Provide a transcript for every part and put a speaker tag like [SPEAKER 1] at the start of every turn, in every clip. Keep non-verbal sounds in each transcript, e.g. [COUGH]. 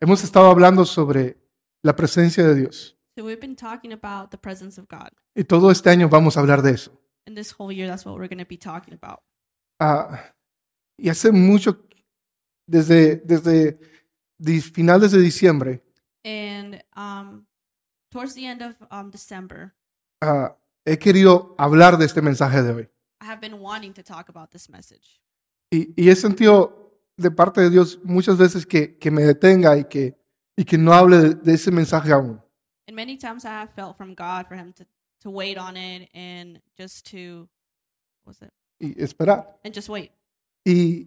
[SPEAKER 1] Hemos estado hablando sobre la presencia de Dios
[SPEAKER 2] So we've been talking about the presence of God.
[SPEAKER 1] y todo este año vamos a hablar de eso.
[SPEAKER 2] And this whole year, that's what we're going to be talking about.
[SPEAKER 1] Ah, y hace mucho, desde, desde di- finales de diciembre,
[SPEAKER 2] And um, towards the end of um, December,
[SPEAKER 1] ah, he querido hablar de este mensaje de hoy.
[SPEAKER 2] I have been wanting to talk about this message.
[SPEAKER 1] Y, y he sentido de parte de Dios muchas veces que, que me detenga y que, y que no hable de, de ese mensaje aún.
[SPEAKER 2] And many times I have felt from God for Him to, to wait on it and just to, what was it?
[SPEAKER 1] Y esperar.
[SPEAKER 2] And just wait.
[SPEAKER 1] Y,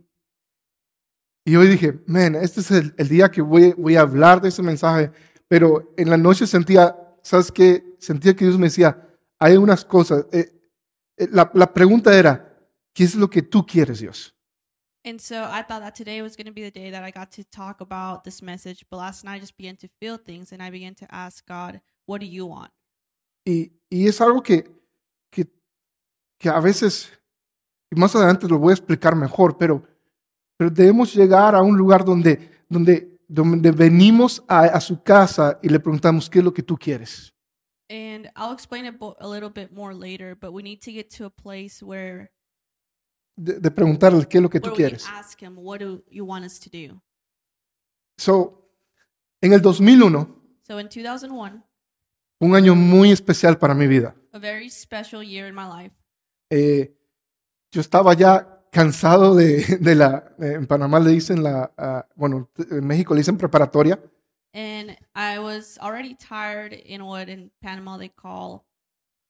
[SPEAKER 1] y hoy dije, man, este es el, el día que voy, voy a hablar de ese mensaje. Pero en la noche sentía, ¿sabes qué? Sentía que Dios me decía, hay unas cosas. eh, eh, la, la pregunta era, ¿qué es lo que tú quieres, Dios?
[SPEAKER 2] And so I thought that today was going to be the day that I got to talk about this message. But last night I just began to feel things and I began to ask God, what do you want?
[SPEAKER 1] Y, y es algo que, que, que a veces, y más adelante lo voy a explicar mejor, pero, pero debemos llegar a un lugar donde, donde, donde venimos a, a su casa y le preguntamos, ¿qué es lo que tú quieres?
[SPEAKER 2] And I'll explain it bo- a little bit more later, but we need to get to a place where,
[SPEAKER 1] de, de preguntarle qué es lo que tú
[SPEAKER 2] where we can
[SPEAKER 1] quieres.
[SPEAKER 2] ask Him, what do you want us to do?
[SPEAKER 1] So, en el 2001,
[SPEAKER 2] So in 2001,
[SPEAKER 1] un año muy especial para mi vida.
[SPEAKER 2] a very special year in my life,
[SPEAKER 1] Eh, yo estaba ya cansado de, [LAUGHS] de la, eh, en Panamá le dicen la, ah, bueno, t- en México le dicen preparatoria,
[SPEAKER 2] and I was already tired in what in Panama they call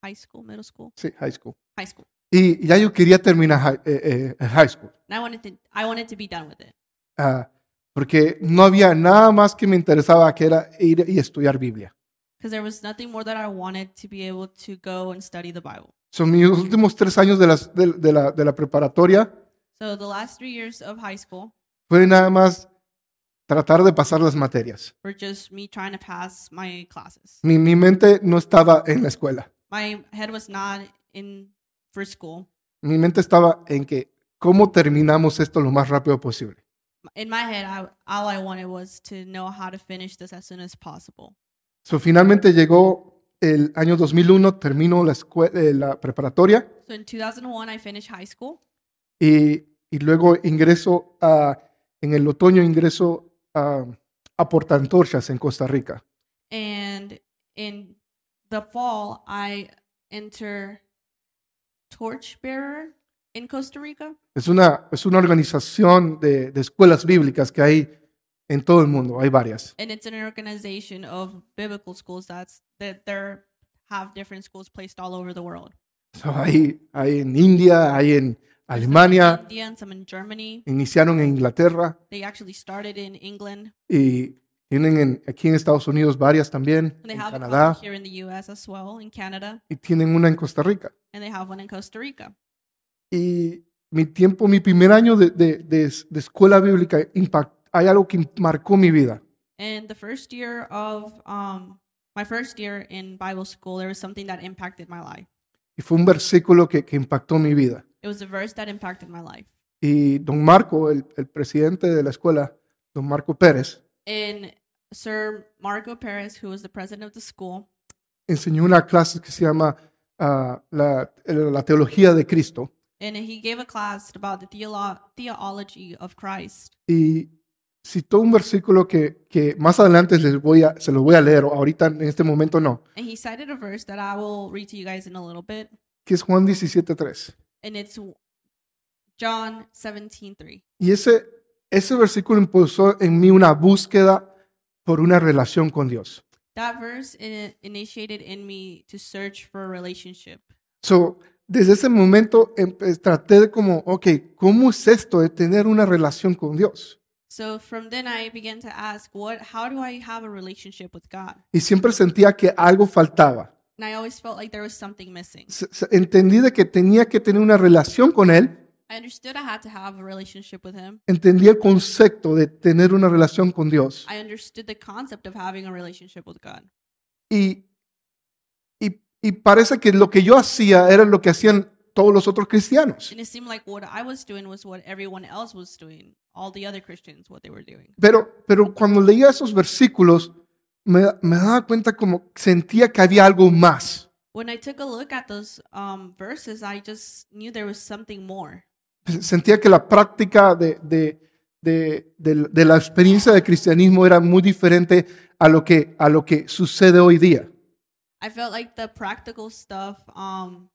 [SPEAKER 2] high school, middle school,
[SPEAKER 1] sí, high school.
[SPEAKER 2] high school.
[SPEAKER 1] Y ya yo quería terminar hi- eh, eh, high school,
[SPEAKER 2] And I wanted to, I wanted to be done with it
[SPEAKER 1] ah, porque no había nada más que me interesaba que era ir y estudiar Biblia.
[SPEAKER 2] because there was nothing more that I wanted to be able to go and study the Bible.
[SPEAKER 1] Son mis últimos tres años de, las- de- de la, de la preparatoria,
[SPEAKER 2] So the last three years of high school
[SPEAKER 1] fue nada más tratar de pasar las materias.
[SPEAKER 2] were just me trying to pass my classes.
[SPEAKER 1] Mi, mi mente no estaba en la escuela.
[SPEAKER 2] My head was not in for school.
[SPEAKER 1] Mi mente estaba en que cómo terminamos esto lo más rápido posible.
[SPEAKER 2] In my head, I, all I wanted was to know how to finish this as soon as possible.
[SPEAKER 1] So, finalmente llegó el año 2001, terminó la, escue- eh, la preparatoria
[SPEAKER 2] So in 2001, I finished high school.
[SPEAKER 1] y, y luego ingreso a, en el otoño ingreso a, a Portantorchas en Costa Rica.
[SPEAKER 2] and in the fall I enter Torchbearer in Costa Rica.
[SPEAKER 1] Es una, es una organización de, de escuelas bíblicas que hay en todo el mundo, hay varias.
[SPEAKER 2] And it's an organization of biblical schools that's that there have different schools placed all over the world.
[SPEAKER 1] So, hay, hay en India, hay en
[SPEAKER 2] In
[SPEAKER 1] Alemania,
[SPEAKER 2] India and some in Germany.
[SPEAKER 1] iniciaron en Inglaterra.
[SPEAKER 2] They actually started in England
[SPEAKER 1] y tienen en- aquí en Estados Unidos varias también,
[SPEAKER 2] and they
[SPEAKER 1] en
[SPEAKER 2] have a couple
[SPEAKER 1] Canadá,
[SPEAKER 2] here in the US as well, in Canada,
[SPEAKER 1] y tienen una en Costa Rica.
[SPEAKER 2] and they have one in Costa Rica.
[SPEAKER 1] Y mi tiempo, mi primer año de, de- de- de escuela bíblica, impact- hay algo que marcó mi vida.
[SPEAKER 2] And the first year of um my first year in Bible school, there was something that impacted my life.
[SPEAKER 1] Y fue un versículo que, que impactó mi vida.
[SPEAKER 2] It was a verse that impacted my life.
[SPEAKER 1] Y don Marco, el, el presidente de la escuela, don Marco Pérez,
[SPEAKER 2] And Sir Marco Perez, who was the president of the school,
[SPEAKER 1] enseñó una clase que se llama ah, la, la Teología de Cristo.
[SPEAKER 2] and he gave a class about the theolo- theology of Christ.
[SPEAKER 1] y citó un versículo que, que más adelante les voy a, se los voy a leer, o ahorita en este momento no,
[SPEAKER 2] And he cited a verse that I will read to you guys in a little bit,
[SPEAKER 1] que es Juan 17.3.
[SPEAKER 2] and it's John 17:3.
[SPEAKER 1] Y ese, ese versículo impulsó en mí una búsqueda por una relación con Dios.
[SPEAKER 2] That verse in- initiated in me to search for a relationship.
[SPEAKER 1] So, desde ese momento empe- traté de como, ok, ¿cómo es esto de tener una relación con Dios?
[SPEAKER 2] So from then I began to ask, what how do I have a relationship with God?
[SPEAKER 1] Y siempre sentía que algo faltaba.
[SPEAKER 2] And I always felt like there was something missing.
[SPEAKER 1] Se- se- Entendí de que tenía que tener una relación con Él.
[SPEAKER 2] I understood I had to have a relationship with him.
[SPEAKER 1] Entendí el concepto de tener una relación con Dios.
[SPEAKER 2] I understood the concept of having a relationship with God.
[SPEAKER 1] Y, y, y parece que lo que yo hacía era lo que hacían todos los otros cristianos.
[SPEAKER 2] And it seemed like what I was doing was what everyone else was doing, all the other Christians, what they were doing.
[SPEAKER 1] Pero, pero cuando leía esos versículos, me, me daba cuenta como sentía que había algo más.
[SPEAKER 2] When I took a look at those um, verses, I just knew there was something more.
[SPEAKER 1] Sentía que la práctica de, de, de- de- de la experiencia de cristianismo era muy diferente a lo que, a lo que sucede hoy día.
[SPEAKER 2] I felt like the practical stuff, um,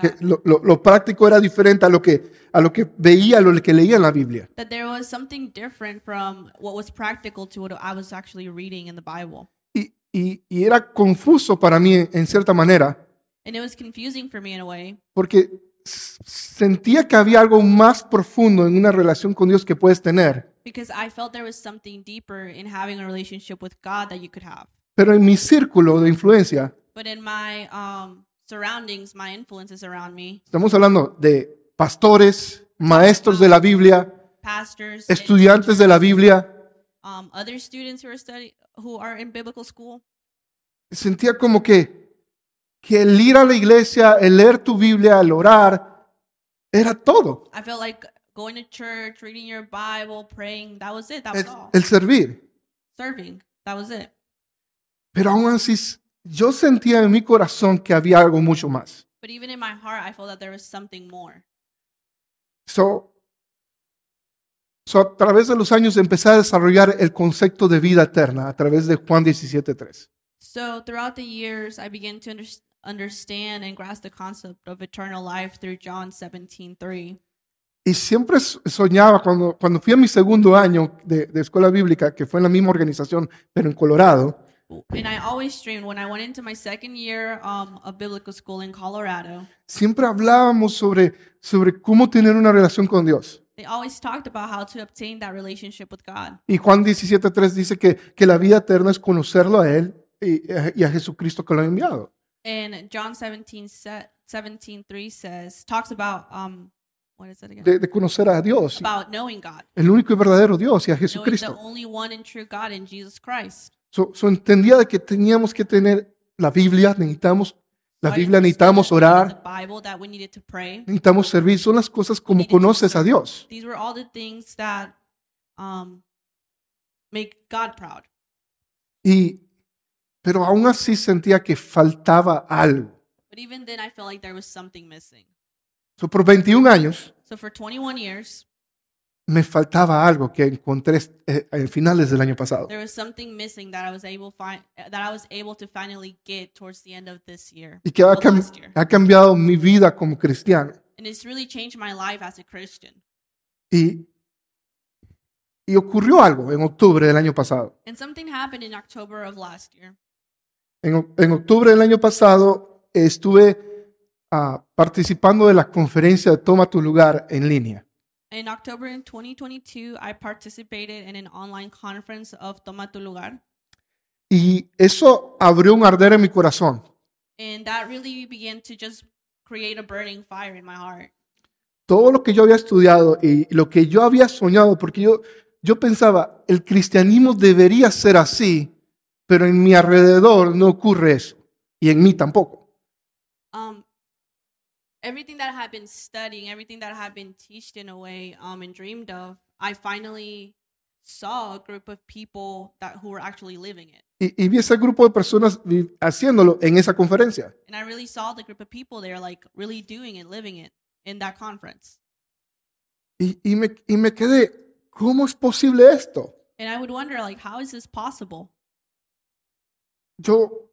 [SPEAKER 1] Que
[SPEAKER 2] that,
[SPEAKER 1] lo, lo- lo práctico era diferente a lo que, a lo que veía, a lo que leía en la Biblia.
[SPEAKER 2] that there was something different from what was practical to what I was actually reading in the Bible.
[SPEAKER 1] Y, y- y era confuso para mí en- en cierta manera,
[SPEAKER 2] And it was confusing for me in a way
[SPEAKER 1] porque s- sentía que había algo más profundo en una relación con Dios que puedes tener.
[SPEAKER 2] because I felt there was something deeper in having a relationship with God that you could have.
[SPEAKER 1] Pero en mi círculo de influencia,
[SPEAKER 2] But in my um, surroundings, my influences around me,
[SPEAKER 1] estamos hablando de pastores, maestros de la Biblia,
[SPEAKER 2] pastors, and,
[SPEAKER 1] estudiantes de la Biblia,
[SPEAKER 2] um, other students who are study who are in biblical school.
[SPEAKER 1] sentía como que, que el ir a la iglesia, el leer tu Biblia, el orar, era todo.
[SPEAKER 2] I felt like going to church, reading your Bible, praying. That was it. That was
[SPEAKER 1] El,
[SPEAKER 2] all.
[SPEAKER 1] el servir.
[SPEAKER 2] Serving. That was it.
[SPEAKER 1] Pero aún así, yo sentía en mi corazón que había algo mucho más.
[SPEAKER 2] But even in my heart, I felt that there was something more.
[SPEAKER 1] So, so a través de los años empecé a desarrollar el concepto de vida eterna a través de Juan 17.3.
[SPEAKER 2] So throughout the years, I began to under- understand and grasp the concept of eternal life through John 17:3.
[SPEAKER 1] Y siempre s- soñaba, cuando, cuando fui a mi segundo año de, de escuela bíblica, que fue en la misma organización, pero en Colorado,
[SPEAKER 2] And I always dreamed when I went into my second year um, of biblical school in Colorado,
[SPEAKER 1] siempre hablábamos sobre, sobre cómo tener una relación con Dios.
[SPEAKER 2] they always talked about how to obtain that relationship with God.
[SPEAKER 1] Y Juan 17.3 dice que, que la vida eterna es conocerlo a Él y, a- y a Jesucristo que lo ha enviado.
[SPEAKER 2] And John 17, se- 17 3 says, talks about, um, what is it again?
[SPEAKER 1] De, de conocer a Dios,
[SPEAKER 2] about knowing God,
[SPEAKER 1] el único y verdadero Dios y a
[SPEAKER 2] knowing the
[SPEAKER 1] Jesucristo.
[SPEAKER 2] only one and true God in Jesus Christ.
[SPEAKER 1] So, so entendía de que teníamos que tener la Biblia, necesitamos la
[SPEAKER 2] So I
[SPEAKER 1] Biblia,
[SPEAKER 2] understood
[SPEAKER 1] necesitamos
[SPEAKER 2] that we needed
[SPEAKER 1] orar,
[SPEAKER 2] The Bible that we needed to pray.
[SPEAKER 1] necesitamos servir. Son las cosas como conoces a Dios.
[SPEAKER 2] These were all the things that um, make God proud.
[SPEAKER 1] Y, pero aún así sentía que faltaba algo.
[SPEAKER 2] But even then, I felt like there was something missing.
[SPEAKER 1] So, por 21 años
[SPEAKER 2] So for 21 years,
[SPEAKER 1] me faltaba algo que encontré eh, en finales del año pasado.
[SPEAKER 2] there was something missing that I was able find that I was able to finally get towards the end of this year.
[SPEAKER 1] Y que ha,
[SPEAKER 2] of
[SPEAKER 1] cam-
[SPEAKER 2] last year.
[SPEAKER 1] ha cambiado mi vida como cristiano.
[SPEAKER 2] And it's really changed my life as a Christian.
[SPEAKER 1] Y, y ocurrió algo en octubre del año pasado.
[SPEAKER 2] And something happened in October of last year.
[SPEAKER 1] En, o- en octubre del año pasado eh, estuve ah, participando de la conferencia de Toma tu lugar en línea.
[SPEAKER 2] In October in 2022, I participated in an online conference of Toma tu Lugar.
[SPEAKER 1] Y eso abrió un arder en mi corazón.
[SPEAKER 2] And that really began to just create a burning fire in my heart.
[SPEAKER 1] Todo lo que yo había estudiado y lo que yo había soñado, porque yo, yo pensaba, el cristianismo debería ser así, pero en mi alrededor no ocurre eso. Y en mí tampoco.
[SPEAKER 2] Um, everything that I had been studying, everything that I had been teached in a way um, and dreamed of, I finally saw a group of people that who were actually living it.
[SPEAKER 1] Y, y vi ese grupo de personas vi- haciéndolo en esa conferencia.
[SPEAKER 2] And I really saw the group of people there, like really doing it, living it in that conference.
[SPEAKER 1] Y, y me, y me quedé, ¿cómo es posible esto?
[SPEAKER 2] And I would wonder, like, how is this possible?
[SPEAKER 1] Yo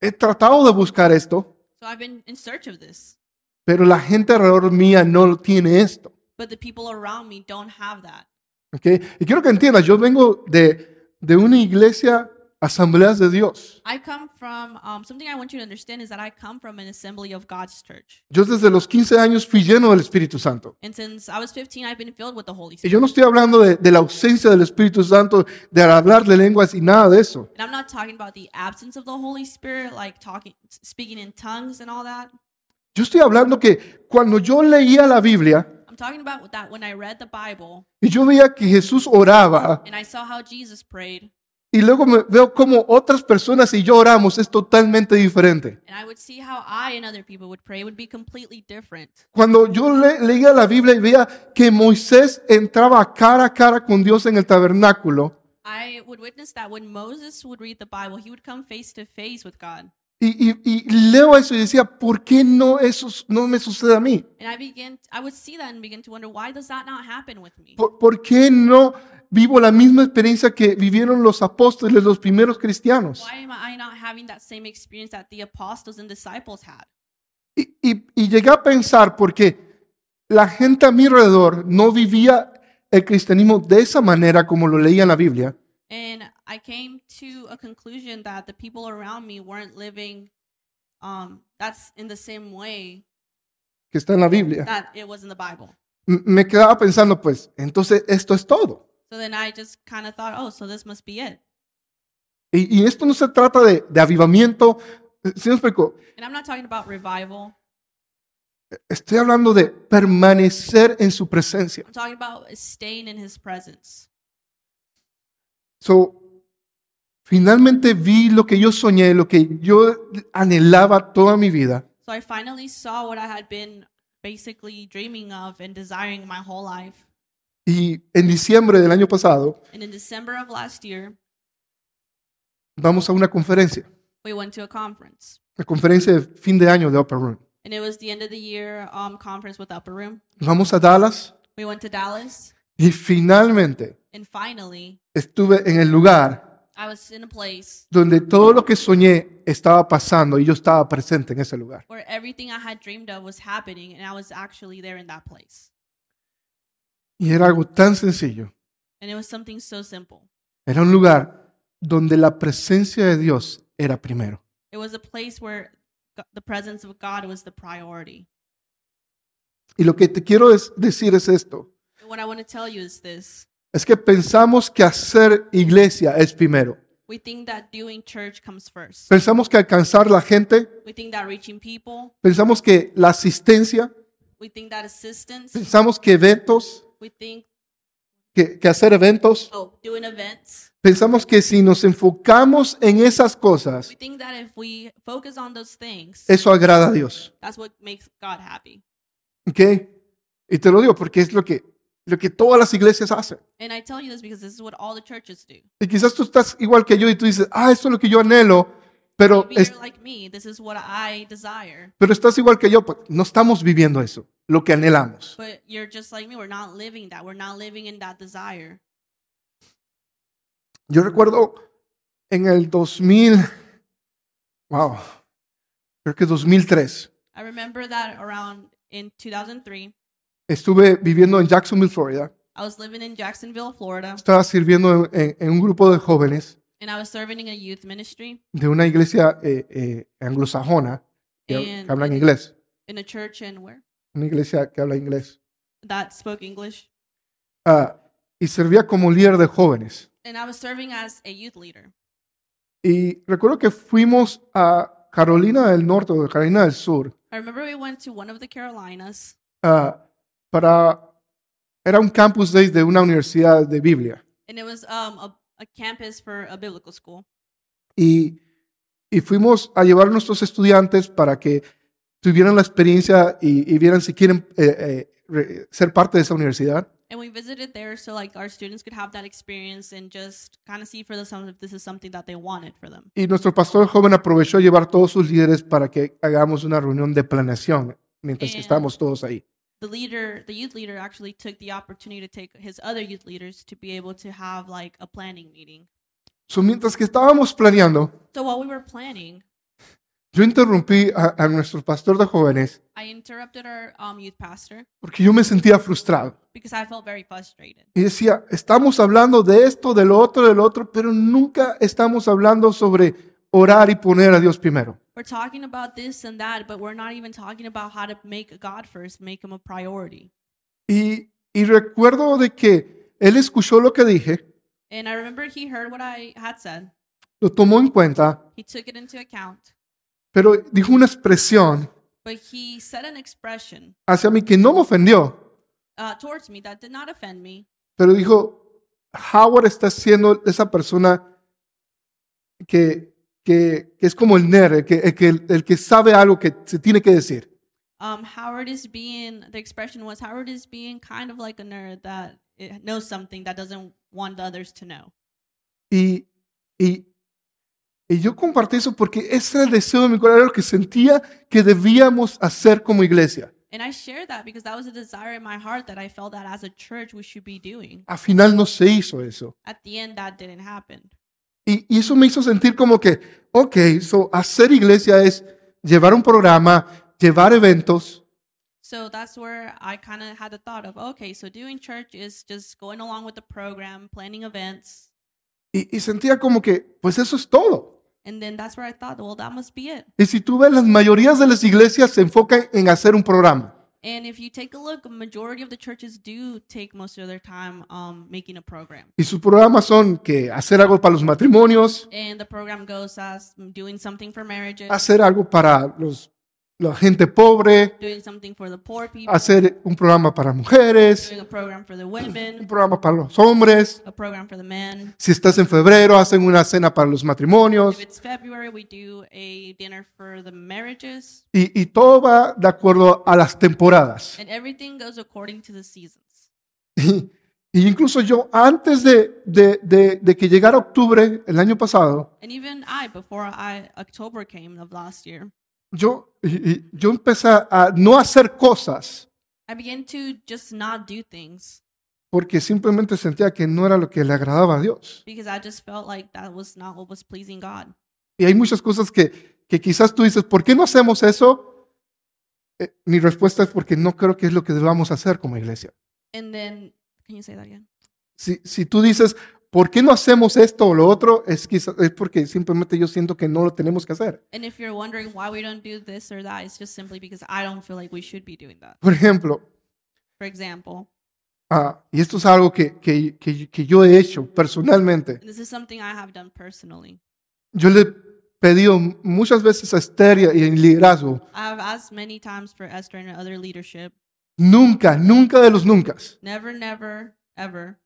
[SPEAKER 1] he tratado de buscar esto,
[SPEAKER 2] So I've been in search of this.
[SPEAKER 1] pero la gente alrededor mía no lo tiene esto.
[SPEAKER 2] but the people around me don't have that.
[SPEAKER 1] ¿ok? Y quiero que entiendas, yo vengo de, de una iglesia, asambleas de Dios.
[SPEAKER 2] I come from um, something I want you to understand is that I come from an assembly of God's church.
[SPEAKER 1] Yo desde los 15 años fui lleno del Espíritu Santo.
[SPEAKER 2] And since I was 15, I've been filled with the
[SPEAKER 1] Y
[SPEAKER 2] Holy Spirit.
[SPEAKER 1] yo no estoy hablando de, de la ausencia del Espíritu Santo, de hablar de lenguas y nada de eso.
[SPEAKER 2] And I'm not talking about the absence of the Holy Spirit, like talking, speaking in tongues and all that.
[SPEAKER 1] Yo estoy hablando que cuando yo leía la Biblia,
[SPEAKER 2] I'm talking about that when I read the Bible
[SPEAKER 1] Y yo veía que Jesús oraba
[SPEAKER 2] and I saw how Jesus prayed
[SPEAKER 1] Y luego me veo como otras personas y yo oramos, es totalmente diferente.
[SPEAKER 2] And I would see how I and other people would pray. It would be completely different.
[SPEAKER 1] Cuando yo le- leía la Biblia y veía que Moisés entraba cara a cara con Dios en el tabernáculo
[SPEAKER 2] I would witness that when Moses would read the Bible, he would come face to face with God.
[SPEAKER 1] y, y- y leo eso y decía, ¿por qué no eso s- no me sucede a mí?
[SPEAKER 2] And I begin I would see that and begin to wonder why does that not happen with me?
[SPEAKER 1] ¿Por, por qué no vivo la misma experiencia que vivieron los apóstoles, los primeros cristianos?
[SPEAKER 2] Why am I not having that same experience that the apostles and disciples had?
[SPEAKER 1] Y, y- y llegué a pensar porque la gente a mi alrededor no vivía el cristianismo de esa manera como lo leía en la Biblia.
[SPEAKER 2] And I came to a conclusion that the people around me weren't living um that's in the same way
[SPEAKER 1] que está en la Biblia.
[SPEAKER 2] that it was in the Bible.
[SPEAKER 1] M- Me quedaba pensando, pues, entonces esto es todo.
[SPEAKER 2] So then I just kind of thought, oh, so this must be it.
[SPEAKER 1] Y, y esto no se trata de, de avivamiento. Si me explico,
[SPEAKER 2] And I'm not talking about revival.
[SPEAKER 1] estoy hablando de permanecer en su presencia.
[SPEAKER 2] I'm talking about staying in his presence.
[SPEAKER 1] So, finalmente vi lo que yo soñé, lo que yo anhelaba toda mi vida.
[SPEAKER 2] So I finally saw what I had been basically dreaming of and desiring my whole life.
[SPEAKER 1] Y en diciembre del año pasado
[SPEAKER 2] And in December of last year,
[SPEAKER 1] vamos a una conferencia,
[SPEAKER 2] we went to a conference.
[SPEAKER 1] la conferencia de fin de año de Upper Room.
[SPEAKER 2] And it was the end of the year um, conference with Upper Room.
[SPEAKER 1] Vamos a Dallas
[SPEAKER 2] We went to Dallas.
[SPEAKER 1] y finalmente
[SPEAKER 2] And finally,
[SPEAKER 1] estuve en el lugar
[SPEAKER 2] I was in a place
[SPEAKER 1] donde todo lo que soñé estaba pasando y yo estaba presente en ese lugar.
[SPEAKER 2] where everything I had dreamed of was happening. And I was actually there in that place.
[SPEAKER 1] Y era algo tan sencillo.
[SPEAKER 2] And it was something so simple.
[SPEAKER 1] Era un lugar donde la presencia de Dios era primero.
[SPEAKER 2] It was a place where g- the presence of God was the priority.
[SPEAKER 1] Y lo que te quiero es- decir es esto.
[SPEAKER 2] And what I want to tell you is this
[SPEAKER 1] Es que pensamos que hacer iglesia es primero.
[SPEAKER 2] we think that doing church comes first,
[SPEAKER 1] Pensamos que alcanzar la gente,
[SPEAKER 2] we think that reaching people,
[SPEAKER 1] pensamos que la asistencia,
[SPEAKER 2] we think that assistance,
[SPEAKER 1] pensamos que eventos,
[SPEAKER 2] we think,
[SPEAKER 1] que, que hacer eventos,
[SPEAKER 2] oh, doing events.
[SPEAKER 1] pensamos que si nos enfocamos en esas
[SPEAKER 2] We
[SPEAKER 1] cosas,
[SPEAKER 2] think that if we focus on those things,
[SPEAKER 1] eso agrada a Dios.
[SPEAKER 2] that's what makes God happy.
[SPEAKER 1] ¿Ok? Y te lo digo porque es lo que, lo que todas las iglesias hacen.
[SPEAKER 2] And I tell you this because this is what all the churches do.
[SPEAKER 1] Y quizás tú estás igual que yo y tú dices, ah, esto es lo que yo anhelo, pero,
[SPEAKER 2] Maybe
[SPEAKER 1] es-
[SPEAKER 2] you're like me, this is what I desire.
[SPEAKER 1] pero estás igual que yo, pues, no estamos viviendo eso, lo que anhelamos.
[SPEAKER 2] But you're just like me, we're not living that. We're not living in that desire.
[SPEAKER 1] Yo recuerdo en el 2000, wow, creo que 2003,
[SPEAKER 2] I remember that around in 2003,
[SPEAKER 1] estuve viviendo en Jacksonville, Florida,
[SPEAKER 2] I was living in Jacksonville, Florida,
[SPEAKER 1] estaba sirviendo en, en- en un grupo de jóvenes
[SPEAKER 2] and I was serving in a youth ministry
[SPEAKER 1] de una iglesia eh, eh, anglosajona que,
[SPEAKER 2] And-
[SPEAKER 1] que hablan inglés,
[SPEAKER 2] in a church in where
[SPEAKER 1] una iglesia que habla inglés.
[SPEAKER 2] that spoke English.
[SPEAKER 1] Ah, y servía como líder de jóvenes.
[SPEAKER 2] And I was serving as a youth leader.
[SPEAKER 1] Y recuerdo que fuimos a Carolina del Norte o Carolina del Sur
[SPEAKER 2] I remember we went to one of the Carolinas.
[SPEAKER 1] ah, para... Era un campus day de una universidad de Biblia.
[SPEAKER 2] and it was um a, a campus for a biblical school
[SPEAKER 1] Y, y fuimos a llevar a nuestros estudiantes para que tuvieran la experiencia y, y vieran si quieren eh, eh, re- ser parte de esa universidad.
[SPEAKER 2] and we visited there so like our students could have that experience and just kind of see for themselves if this is something that they wanted for them
[SPEAKER 1] Y nuestro pastor joven aprovechó a llevar a todos sus líderes para que hagamos una reunión de planeación mientras que
[SPEAKER 2] Eh.
[SPEAKER 1] estábamos todos ahí.
[SPEAKER 2] the leader the youth leader actually took the opportunity to take his other youth leaders to be able to have like a planning meeting
[SPEAKER 1] So, mientras que estábamos planeando,
[SPEAKER 2] so while we were planning
[SPEAKER 1] Yo interrumpí a, a nuestro pastor de jóvenes
[SPEAKER 2] i interrupted our um, youth pastor
[SPEAKER 1] porque yo me sentía frustrado.
[SPEAKER 2] because i felt very frustrated
[SPEAKER 1] Y decía, estamos hablando de esto, de lo otro, de lo otro, pero nunca estamos hablando sobre orar y poner a Dios primero.
[SPEAKER 2] we're talking about this and that but we're not even talking about how to make god first make him a priority
[SPEAKER 1] Y, y recuerdo de que él escuchó lo que dije,
[SPEAKER 2] and i remember he heard what i had said
[SPEAKER 1] lo tomó en cuenta,
[SPEAKER 2] he took it into account
[SPEAKER 1] pero dijo una expresión
[SPEAKER 2] But he said an expression
[SPEAKER 1] hacia mí que no me ofendió,
[SPEAKER 2] uh, towards me that did not offend me.
[SPEAKER 1] pero dijo, Howard está siendo esa persona que, que, que es como el nerd, el que, el que, el que sabe algo que se tiene que decir.
[SPEAKER 2] Um, Howard is being the expression was Howard is being kind of like a nerd that it knows something that doesn't want the others to know.
[SPEAKER 1] Y, y, y yo compartí eso porque ese era el deseo de mi corazón, era lo que sentía que debíamos hacer como iglesia.
[SPEAKER 2] And I share that because that was a desire in my heart that I felt that as a church we should be doing.
[SPEAKER 1] Al final no se hizo eso.
[SPEAKER 2] At the end, that didn't happen.
[SPEAKER 1] Y, y eso me hizo sentir como que, ok, so hacer iglesia es llevar un programa, llevar eventos,
[SPEAKER 2] So that's where I kind of had the thought of okay, so doing church is just going along with the program, planning events.
[SPEAKER 1] y, y sentía como que, pues eso es todo.
[SPEAKER 2] And then that's where I thought, well, that must be it.
[SPEAKER 1] Y si tú ves, las mayorías de las iglesias se enfocan en hacer un programa.
[SPEAKER 2] And if you take a look, a majority of the churches do take most of their time um, making a program.
[SPEAKER 1] Y sus programas son que hacer algo para los matrimonios,
[SPEAKER 2] And the program goes as doing something for marriages,
[SPEAKER 1] hacer algo para los, la gente pobre,
[SPEAKER 2] doing something for the poor people,
[SPEAKER 1] hacer un programa para mujeres,
[SPEAKER 2] doing a program for the
[SPEAKER 1] un
[SPEAKER 2] women,
[SPEAKER 1] programa para los hombres.
[SPEAKER 2] a program for the men.
[SPEAKER 1] Si estás en febrero, hacen una cena para los matrimonios.
[SPEAKER 2] If it's February, we do a dinner for the marriages.
[SPEAKER 1] Y, y todo va de acuerdo a las temporadas.
[SPEAKER 2] And everything goes according to the seasons.
[SPEAKER 1] Y, y incluso yo, antes de, de- de- de que llegara octubre el año pasado,
[SPEAKER 2] And even I, before I October came of last year,
[SPEAKER 1] yo, y- y yo empecé a no hacer cosas
[SPEAKER 2] I began to just not do things
[SPEAKER 1] porque simplemente sentía que no era lo que le agradaba a Dios.
[SPEAKER 2] because I just felt like that was not what was pleasing God.
[SPEAKER 1] Y hay muchas cosas que, que quizás tú dices, ¿por qué no hacemos eso? Eh, mi respuesta es porque no creo que es lo que debamos hacer como iglesia.
[SPEAKER 2] And then, can you say that again?
[SPEAKER 1] Si, si tú dices, ¿por qué no hacemos esto o lo otro? Es, quizá- es porque simplemente yo siento que no lo tenemos que hacer.
[SPEAKER 2] And if you're wondering why we don't do this or that, it's just simply because I don't feel like we should be doing that.
[SPEAKER 1] Por ejemplo,
[SPEAKER 2] For example,
[SPEAKER 1] ah, y esto es algo que, que- que- que yo he hecho personalmente,
[SPEAKER 2] and this is something I have done personally.
[SPEAKER 1] yo le he pedido muchas veces a Esther y a- y en liderazgo,
[SPEAKER 2] I have asked many times for Esther and other leadership.
[SPEAKER 1] nunca, nunca de los nunca,
[SPEAKER 2] Never, never, ever,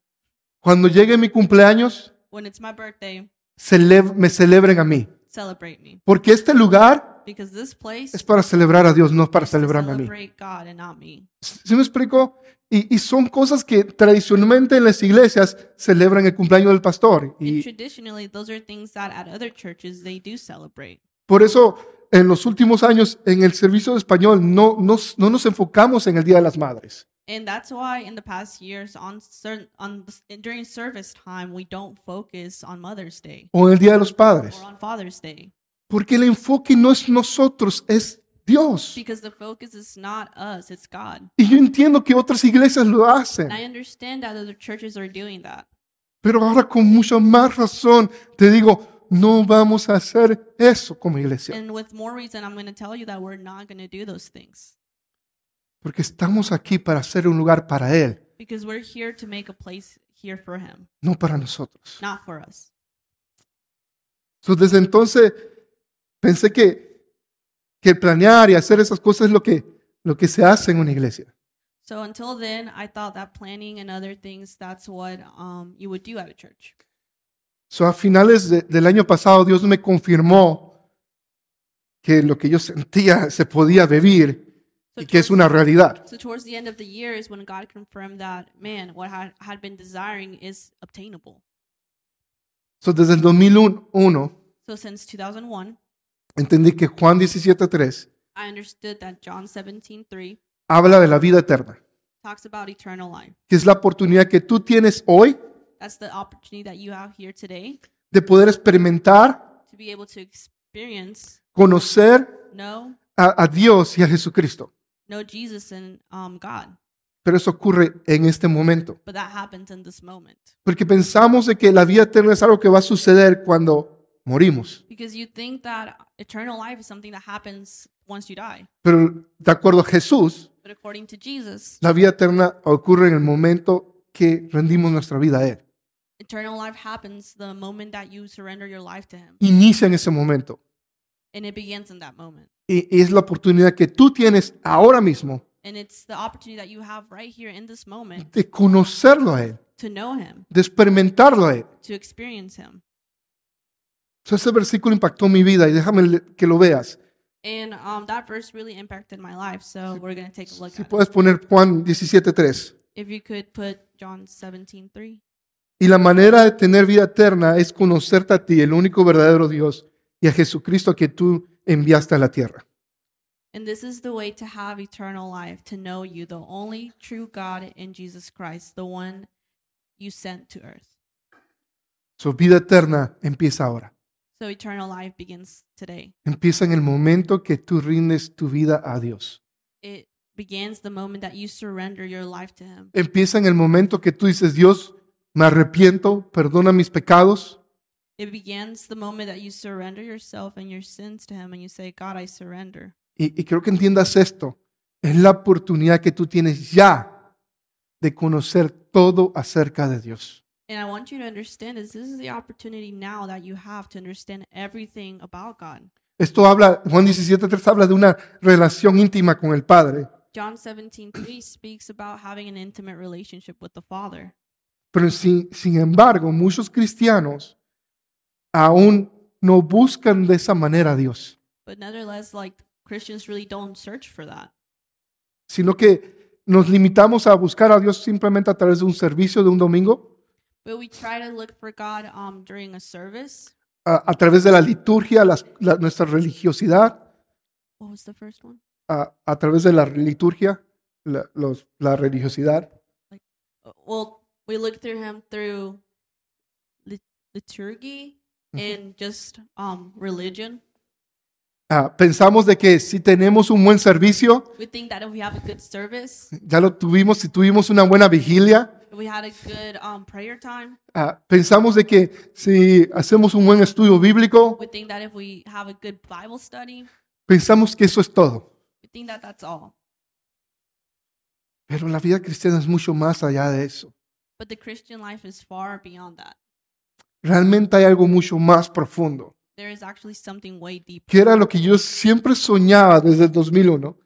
[SPEAKER 1] cuando llegue mi cumpleaños,
[SPEAKER 2] when it's my birthday,
[SPEAKER 1] cele- me celebren a mí.
[SPEAKER 2] celebrate me.
[SPEAKER 1] Porque este lugar
[SPEAKER 2] Because this place
[SPEAKER 1] es para celebrar a Dios, no para
[SPEAKER 2] is to
[SPEAKER 1] celebrarme a mí.
[SPEAKER 2] celebrate God and not me.
[SPEAKER 1] ¿Sí me explico? Y, y son cosas que tradicionalmente en las iglesias celebran el cumpleaños del pastor.
[SPEAKER 2] and
[SPEAKER 1] Y
[SPEAKER 2] traditionally, those are things that at other churches they do celebrate.
[SPEAKER 1] por eso en los últimos años en el servicio de español no, no, no nos enfocamos en el Día de las Madres.
[SPEAKER 2] And that's why in the past years, on certain on the- during service time, we don't focus on Mother's Day
[SPEAKER 1] o en el Día de los Padres.
[SPEAKER 2] or on Father's Day
[SPEAKER 1] Porque el enfoque no es nosotros, es Dios.
[SPEAKER 2] because the focus is not us; it's God.
[SPEAKER 1] Y yo entiendo que otras iglesias lo hacen,
[SPEAKER 2] And I understand that other churches are doing that,
[SPEAKER 1] pero ahora con mucha más razón te digo, no vamos a hacer eso como iglesia,
[SPEAKER 2] and with more reason, I'm going to tell you that we're not going to do those things
[SPEAKER 1] porque estamos aquí para hacer un lugar para Él,
[SPEAKER 2] because we're here to make a place here for Him,
[SPEAKER 1] no para nosotros.
[SPEAKER 2] not for us.
[SPEAKER 1] So, desde entonces pensé que, que planear y hacer esas cosas es lo que, lo que se hace en una iglesia.
[SPEAKER 2] So until then, I thought that planning and other things that's what um, you would do at a church.
[SPEAKER 1] So, a finales de- del año pasado Dios me confirmó que lo que yo sentía se podía vivir
[SPEAKER 2] So
[SPEAKER 1] y que es
[SPEAKER 2] towards-
[SPEAKER 1] una realidad.
[SPEAKER 2] So towards the end of the year is when God confirmed that man, what I had been desiring is obtainable.
[SPEAKER 1] So, desde el 2001
[SPEAKER 2] So since 2001,
[SPEAKER 1] entendí que Juan 17.3
[SPEAKER 2] I understood that John 17:3
[SPEAKER 1] habla de la vida eterna,
[SPEAKER 2] talks about eternal life.
[SPEAKER 1] que es la oportunidad que tú tienes hoy
[SPEAKER 2] That's the opportunity that you have here today
[SPEAKER 1] de poder experimentar,
[SPEAKER 2] to be able to experience,
[SPEAKER 1] conocer
[SPEAKER 2] know,
[SPEAKER 1] a- a Dios y a Jesucristo.
[SPEAKER 2] know Jesus and um, God.
[SPEAKER 1] Pero eso ocurre en este momento.
[SPEAKER 2] But that happens in this moment
[SPEAKER 1] Porque pensamos de que la vida eterna es algo que va a suceder cuando morimos.
[SPEAKER 2] because you think that eternal life is something that happens once you die.
[SPEAKER 1] Pero de acuerdo a Jesús,
[SPEAKER 2] But according to Jesus,
[SPEAKER 1] la vida eterna ocurre en el momento que rendimos nuestra vida a Él.
[SPEAKER 2] eternal life happens the moment that you surrender your life to Him,
[SPEAKER 1] Inicia en ese momento.
[SPEAKER 2] and it begins in that moment.
[SPEAKER 1] Y, y es la oportunidad que tú tienes ahora mismo
[SPEAKER 2] And it's the opportunity that you have right here in this moment
[SPEAKER 1] de conocerlo a Él,
[SPEAKER 2] to know him,
[SPEAKER 1] de experimentarlo a Él.
[SPEAKER 2] to experience him.
[SPEAKER 1] So, ese versículo impactó mi vida y déjame le- que lo veas.
[SPEAKER 2] And um, that verse really impacted my life. So we're going to take a look
[SPEAKER 1] Si
[SPEAKER 2] at it.
[SPEAKER 1] puedes poner Juan 17:3.
[SPEAKER 2] If you could put John 17 3.
[SPEAKER 1] Y la manera de tener vida eterna es conocerte a ti, el único verdadero Dios, y a Jesucristo que tú enviaste a la tierra.
[SPEAKER 2] And this is the way to have eternal life, to know you, the only true God in Jesus Christ, the one you sent to earth.
[SPEAKER 1] Su vida eterna empieza ahora.
[SPEAKER 2] So eternal life begins today.
[SPEAKER 1] Empieza en el momento que tú rindes tu vida a Dios.
[SPEAKER 2] It begins the moment that you surrender your life to Him.
[SPEAKER 1] Empieza en el momento que tú dices, Dios, me arrepiento, perdona mis pecados,
[SPEAKER 2] It begins the moment that you surrender yourself and your sins to Him and you say, God, I surrender.
[SPEAKER 1] Y, y creo que entiendas esto. Es la oportunidad que tú tienes ya de conocer todo acerca de Dios.
[SPEAKER 2] And I want you to understand is this is the opportunity now that you have to understand everything about God.
[SPEAKER 1] Esto habla, Juan 17.3 habla de una relación íntima con el Padre,
[SPEAKER 2] John 17 3 speaks about having an intimate relationship with the Father.
[SPEAKER 1] pero sin, sin embargo muchos cristianos aún no buscan de esa manera a Dios,
[SPEAKER 2] But nonetheless, like Christians really don't search for that.
[SPEAKER 1] sino que nos limitamos a buscar a Dios simplemente a través de un servicio de un domingo,
[SPEAKER 2] But we try to look for God um during a service.
[SPEAKER 1] a, a través de la liturgia, las- la- nuestra religiosidad,
[SPEAKER 2] What was the first one?
[SPEAKER 1] a, a través de la liturgia, la, los- la religiosidad,
[SPEAKER 2] Uh, Well, we look through him through lit- liturgy and just um religion.
[SPEAKER 1] ah, pensamos de que si tenemos un buen servicio,
[SPEAKER 2] We think that if we have a good service,
[SPEAKER 1] ya lo tuvimos, si tuvimos una buena vigilia,
[SPEAKER 2] if we had a good um prayer time,
[SPEAKER 1] ah, pensamos de que si hacemos un buen estudio bíblico,
[SPEAKER 2] we think that if we have a good Bible study,
[SPEAKER 1] pensamos que eso es todo.
[SPEAKER 2] we think that that's all.
[SPEAKER 1] Pero la vida cristiana es mucho más allá de eso.
[SPEAKER 2] But the Christian life is far beyond that.
[SPEAKER 1] Realmente hay algo mucho más profundo,
[SPEAKER 2] There is actually something way deeper.
[SPEAKER 1] que era lo que yo siempre soñaba desde el 2001.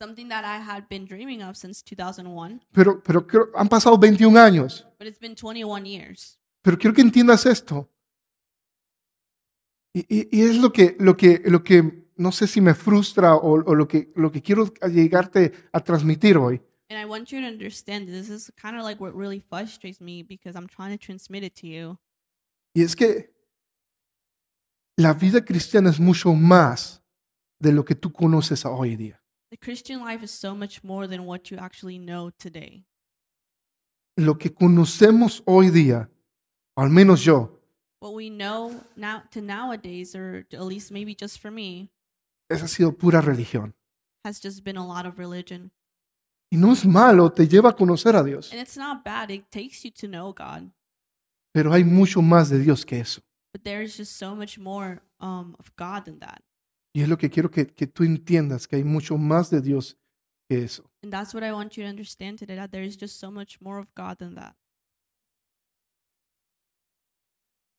[SPEAKER 2] Something that I had been dreaming of since 2001,
[SPEAKER 1] Pero, pero creo- han pasado 21 años.
[SPEAKER 2] but it's been 21 years.
[SPEAKER 1] Pero quiero que entiendas esto. Y, y- y es lo que, lo, que, lo que no sé si me frustra o, o lo, que, lo que quiero llegarte a transmitir hoy.
[SPEAKER 2] And I want you to understand this is kind of like what really frustrates me because I'm trying to transmit it to you.
[SPEAKER 1] Y es que la vida cristiana es mucho más de lo que tú conoces a hoy día.
[SPEAKER 2] The Christian life is so much more than what you actually know today.
[SPEAKER 1] Lo que conocemos hoy día, o al menos yo,
[SPEAKER 2] What we know now to nowadays, or at least maybe just for me,
[SPEAKER 1] esa ha sido pura religión.
[SPEAKER 2] has just been a lot of religion.
[SPEAKER 1] Y no es malo, te lleva a conocer a Dios.
[SPEAKER 2] And it's not bad, it takes you to know God,
[SPEAKER 1] Pero hay mucho más de Dios que eso.
[SPEAKER 2] but there's just so much more um, of God than that.
[SPEAKER 1] Y es lo que quiero que, que tú entiendas, que hay mucho más de Dios que eso.
[SPEAKER 2] And that's what I want you to understand today that there is just so much more of God than that.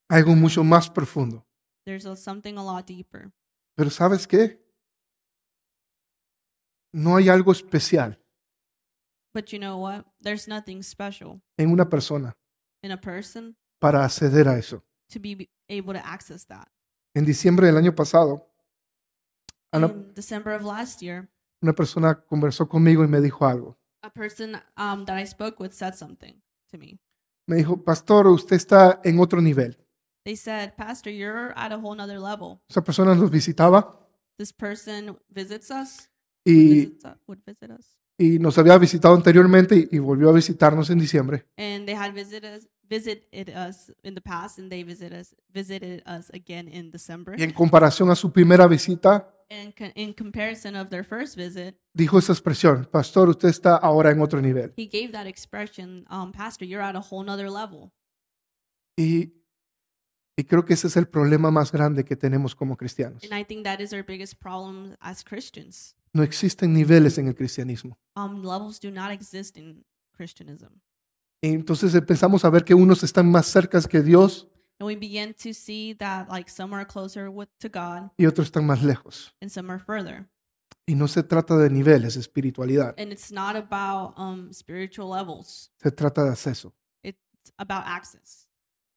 [SPEAKER 1] Algo mucho más profundo.
[SPEAKER 2] There's a, something a lot deeper.
[SPEAKER 1] Pero ¿sabes qué? No hay algo especial
[SPEAKER 2] But you know what? There's nothing special
[SPEAKER 1] en una persona
[SPEAKER 2] in a person
[SPEAKER 1] para acceder a eso.
[SPEAKER 2] to be be able to access that.
[SPEAKER 1] En diciembre del año pasado, una,
[SPEAKER 2] In December of last year,
[SPEAKER 1] una persona conversó conmigo y me dijo algo.
[SPEAKER 2] a person um, that I spoke with said something to me.
[SPEAKER 1] Me dijo, pastor, usted está en otro nivel.
[SPEAKER 2] They said, Pastor, you're at a whole nother level.
[SPEAKER 1] Esa persona nos visitaba
[SPEAKER 2] This person visits us,
[SPEAKER 1] y,
[SPEAKER 2] visits us would visit us,
[SPEAKER 1] y nos había visitado anteriormente y- y volvió a visitarnos en diciembre.
[SPEAKER 2] and they had visited us, visited us in the past, and they visit us, visited us again in December.
[SPEAKER 1] Y en comparación a su primera visita,
[SPEAKER 2] And co- in comparison of their first visit,
[SPEAKER 1] dijo esa expresión, pastor, usted está ahora en otro nivel.
[SPEAKER 2] he gave that expression, um, Pastor, you're at a whole nother level.
[SPEAKER 1] Y, y creo que ese es el problema más grande que tenemos como cristianos.
[SPEAKER 2] And I think that is our biggest problem as Christians.
[SPEAKER 1] No existen niveles en el cristianismo.
[SPEAKER 2] Um, levels do not exist in Christianism.
[SPEAKER 1] Y entonces empezamos a ver que unos están más cerca que Dios
[SPEAKER 2] And we begin to see that like some are closer with, to God
[SPEAKER 1] y otros están más lejos.
[SPEAKER 2] and some are further.
[SPEAKER 1] Y no se trata de niveles, de espiritualidad,
[SPEAKER 2] And it's not about um, spiritual levels.
[SPEAKER 1] se trata de acceso.
[SPEAKER 2] It's about access.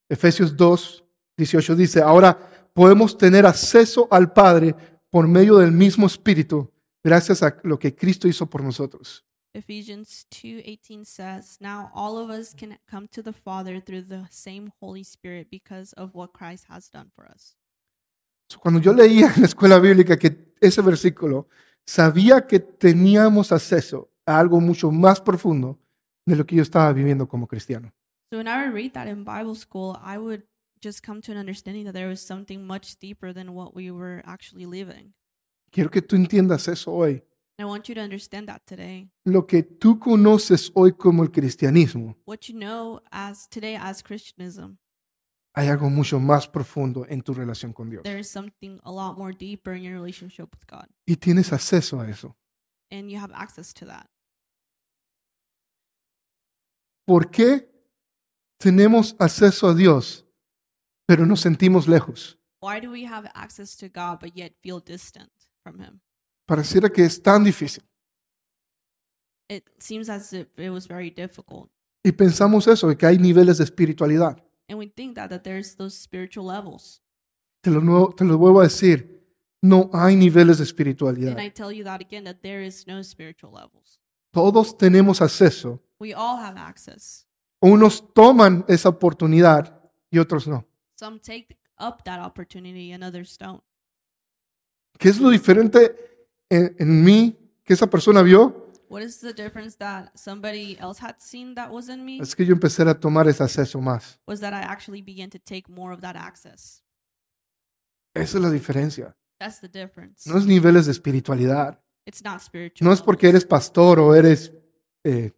[SPEAKER 1] Efesios 2, 18 dice, ahora podemos tener acceso al Padre por medio del mismo Espíritu, gracias a lo que Cristo hizo por nosotros.
[SPEAKER 2] Ephesians 2:18 says, "Now all of us can come to the Father through the same Holy Spirit because of what Christ has done for us."
[SPEAKER 1] So, Cuando yo leía en la escuela bíblica que ese versículo, sabía que teníamos acceso a algo mucho más profundo de lo que yo estaba viviendo como cristiano.
[SPEAKER 2] So when I would read that in Bible school, I would just come to an understanding that there was something much deeper than what we were actually living.
[SPEAKER 1] Quiero que tú entiendas eso hoy.
[SPEAKER 2] And I want you to understand that today.
[SPEAKER 1] Lo que tú conoces hoy como el cristianismo,
[SPEAKER 2] What you know as today as Christianism,
[SPEAKER 1] hay algo mucho más profundo en tu relación con Dios.
[SPEAKER 2] there is something a lot more deeper in your relationship with God,
[SPEAKER 1] Y tienes acceso a eso.
[SPEAKER 2] and you have access to that.
[SPEAKER 1] ¿Por qué tenemos acceso a Dios, pero nos sentimos lejos?
[SPEAKER 2] Why do we have access to God but yet feel distant from Him?
[SPEAKER 1] Pareciera que es tan difícil.
[SPEAKER 2] It seems as if it was very difficult,
[SPEAKER 1] Y pensamos eso, de que hay niveles de espiritualidad.
[SPEAKER 2] and we think that that there's those spiritual levels.
[SPEAKER 1] Te lo, nuevo- te lo vuelvo a decir, no hay niveles de espiritualidad.
[SPEAKER 2] And I tell you that again that there is no spiritual levels.
[SPEAKER 1] Todos tenemos acceso.
[SPEAKER 2] We all have access.
[SPEAKER 1] Unos toman esa oportunidad y otros no.
[SPEAKER 2] Some take up that opportunity and others don't.
[SPEAKER 1] ¿Qué es lo diferente en, en mí que esa persona vio?
[SPEAKER 2] What is the difference that somebody else had seen that was in me?
[SPEAKER 1] Es que yo empecé a tomar ese acceso más.
[SPEAKER 2] Was that I actually began to take more of that access.
[SPEAKER 1] Esa es la diferencia.
[SPEAKER 2] That's the difference.
[SPEAKER 1] No es niveles de espiritualidad.
[SPEAKER 2] It's not spiritual.
[SPEAKER 1] No es porque
[SPEAKER 2] levels.
[SPEAKER 1] eres pastor o eres eh,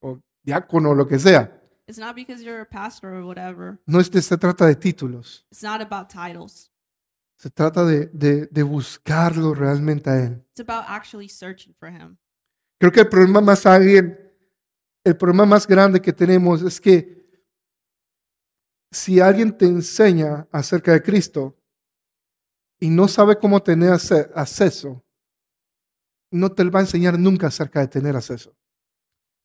[SPEAKER 1] o diácono o lo que sea.
[SPEAKER 2] It's not because you're a pastor or whatever.
[SPEAKER 1] No es de- se trata de títulos.
[SPEAKER 2] It's not about titles.
[SPEAKER 1] Se trata de, de- de buscarlo realmente a Él.
[SPEAKER 2] It's about actually searching for him.
[SPEAKER 1] Creo que el problema más alguien, el problema más grande que tenemos es que si alguien te enseña acerca de Cristo y no sabe cómo tener ace- acceso, no te va a enseñar nunca acerca de tener acceso.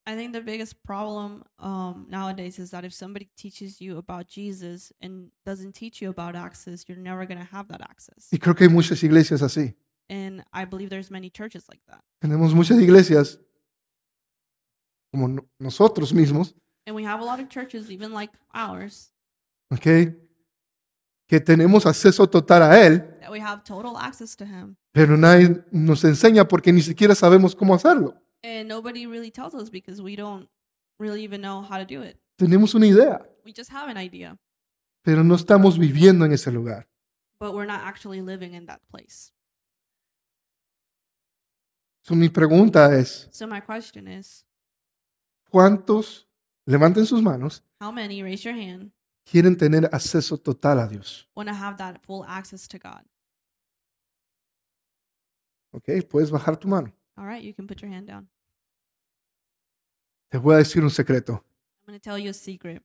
[SPEAKER 2] I think the biggest problem um, nowadays is that if somebody teaches you about Jesus and doesn't teach you about access, you're never going to have
[SPEAKER 1] [LAUGHS]
[SPEAKER 2] that access.
[SPEAKER 1] Y creo que hay muchas iglesias así.
[SPEAKER 2] And I believe there's many churches like that.
[SPEAKER 1] Tenemos muchas iglesias como no- nosotros mismos,
[SPEAKER 2] And we have a lot of churches, even like ours,
[SPEAKER 1] ¿ok? Que tenemos acceso total a Él,
[SPEAKER 2] that we have total access to him.
[SPEAKER 1] pero nadie nos enseña porque ni siquiera sabemos cómo hacerlo.
[SPEAKER 2] and nobody really tells us because we don't really even know how to do it.
[SPEAKER 1] Tenemos una idea,
[SPEAKER 2] We just have an idea,
[SPEAKER 1] pero no estamos viviendo en ese lugar.
[SPEAKER 2] but we're not actually living in that place.
[SPEAKER 1] So, mi pregunta es,
[SPEAKER 2] So my question is,
[SPEAKER 1] ¿cuántos, levanten sus manos,
[SPEAKER 2] how many raise your hand
[SPEAKER 1] quieren tener acceso total a Dios?
[SPEAKER 2] want to have that full access to God?
[SPEAKER 1] ¿Ok? Puedes bajar tu mano.
[SPEAKER 2] All right, you can put your hand down.
[SPEAKER 1] Te voy a decir un secreto,
[SPEAKER 2] I'm going to tell you a secret.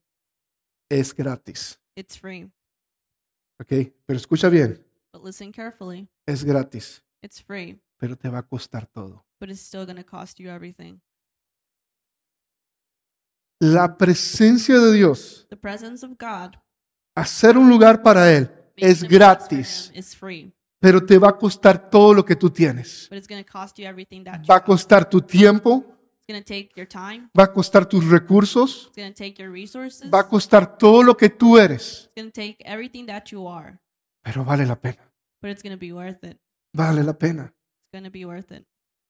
[SPEAKER 1] es gratis.
[SPEAKER 2] It's free,
[SPEAKER 1] ¿Ok? Pero escucha bien,
[SPEAKER 2] but listen carefully.
[SPEAKER 1] es gratis,
[SPEAKER 2] It's free,
[SPEAKER 1] pero te va a costar todo.
[SPEAKER 2] but it's still going to cost you everything.
[SPEAKER 1] La presencia de Dios,
[SPEAKER 2] The presence of God
[SPEAKER 1] hacer un lugar para Él,
[SPEAKER 2] making
[SPEAKER 1] es
[SPEAKER 2] a place for
[SPEAKER 1] gratis,
[SPEAKER 2] Him is free,
[SPEAKER 1] pero te va a costar todo lo que tú tienes.
[SPEAKER 2] but it's going to cost you everything that
[SPEAKER 1] Va a
[SPEAKER 2] you
[SPEAKER 1] costar tu tiempo,
[SPEAKER 2] It's going to take your time.
[SPEAKER 1] va a costar tus recursos,
[SPEAKER 2] It's going to take your resources.
[SPEAKER 1] va a costar todo lo que tú eres,
[SPEAKER 2] It's going to take everything that you are,
[SPEAKER 1] pero vale la pena,
[SPEAKER 2] but it's going to be worth it.
[SPEAKER 1] vale la pena.
[SPEAKER 2] It's going to be worth it.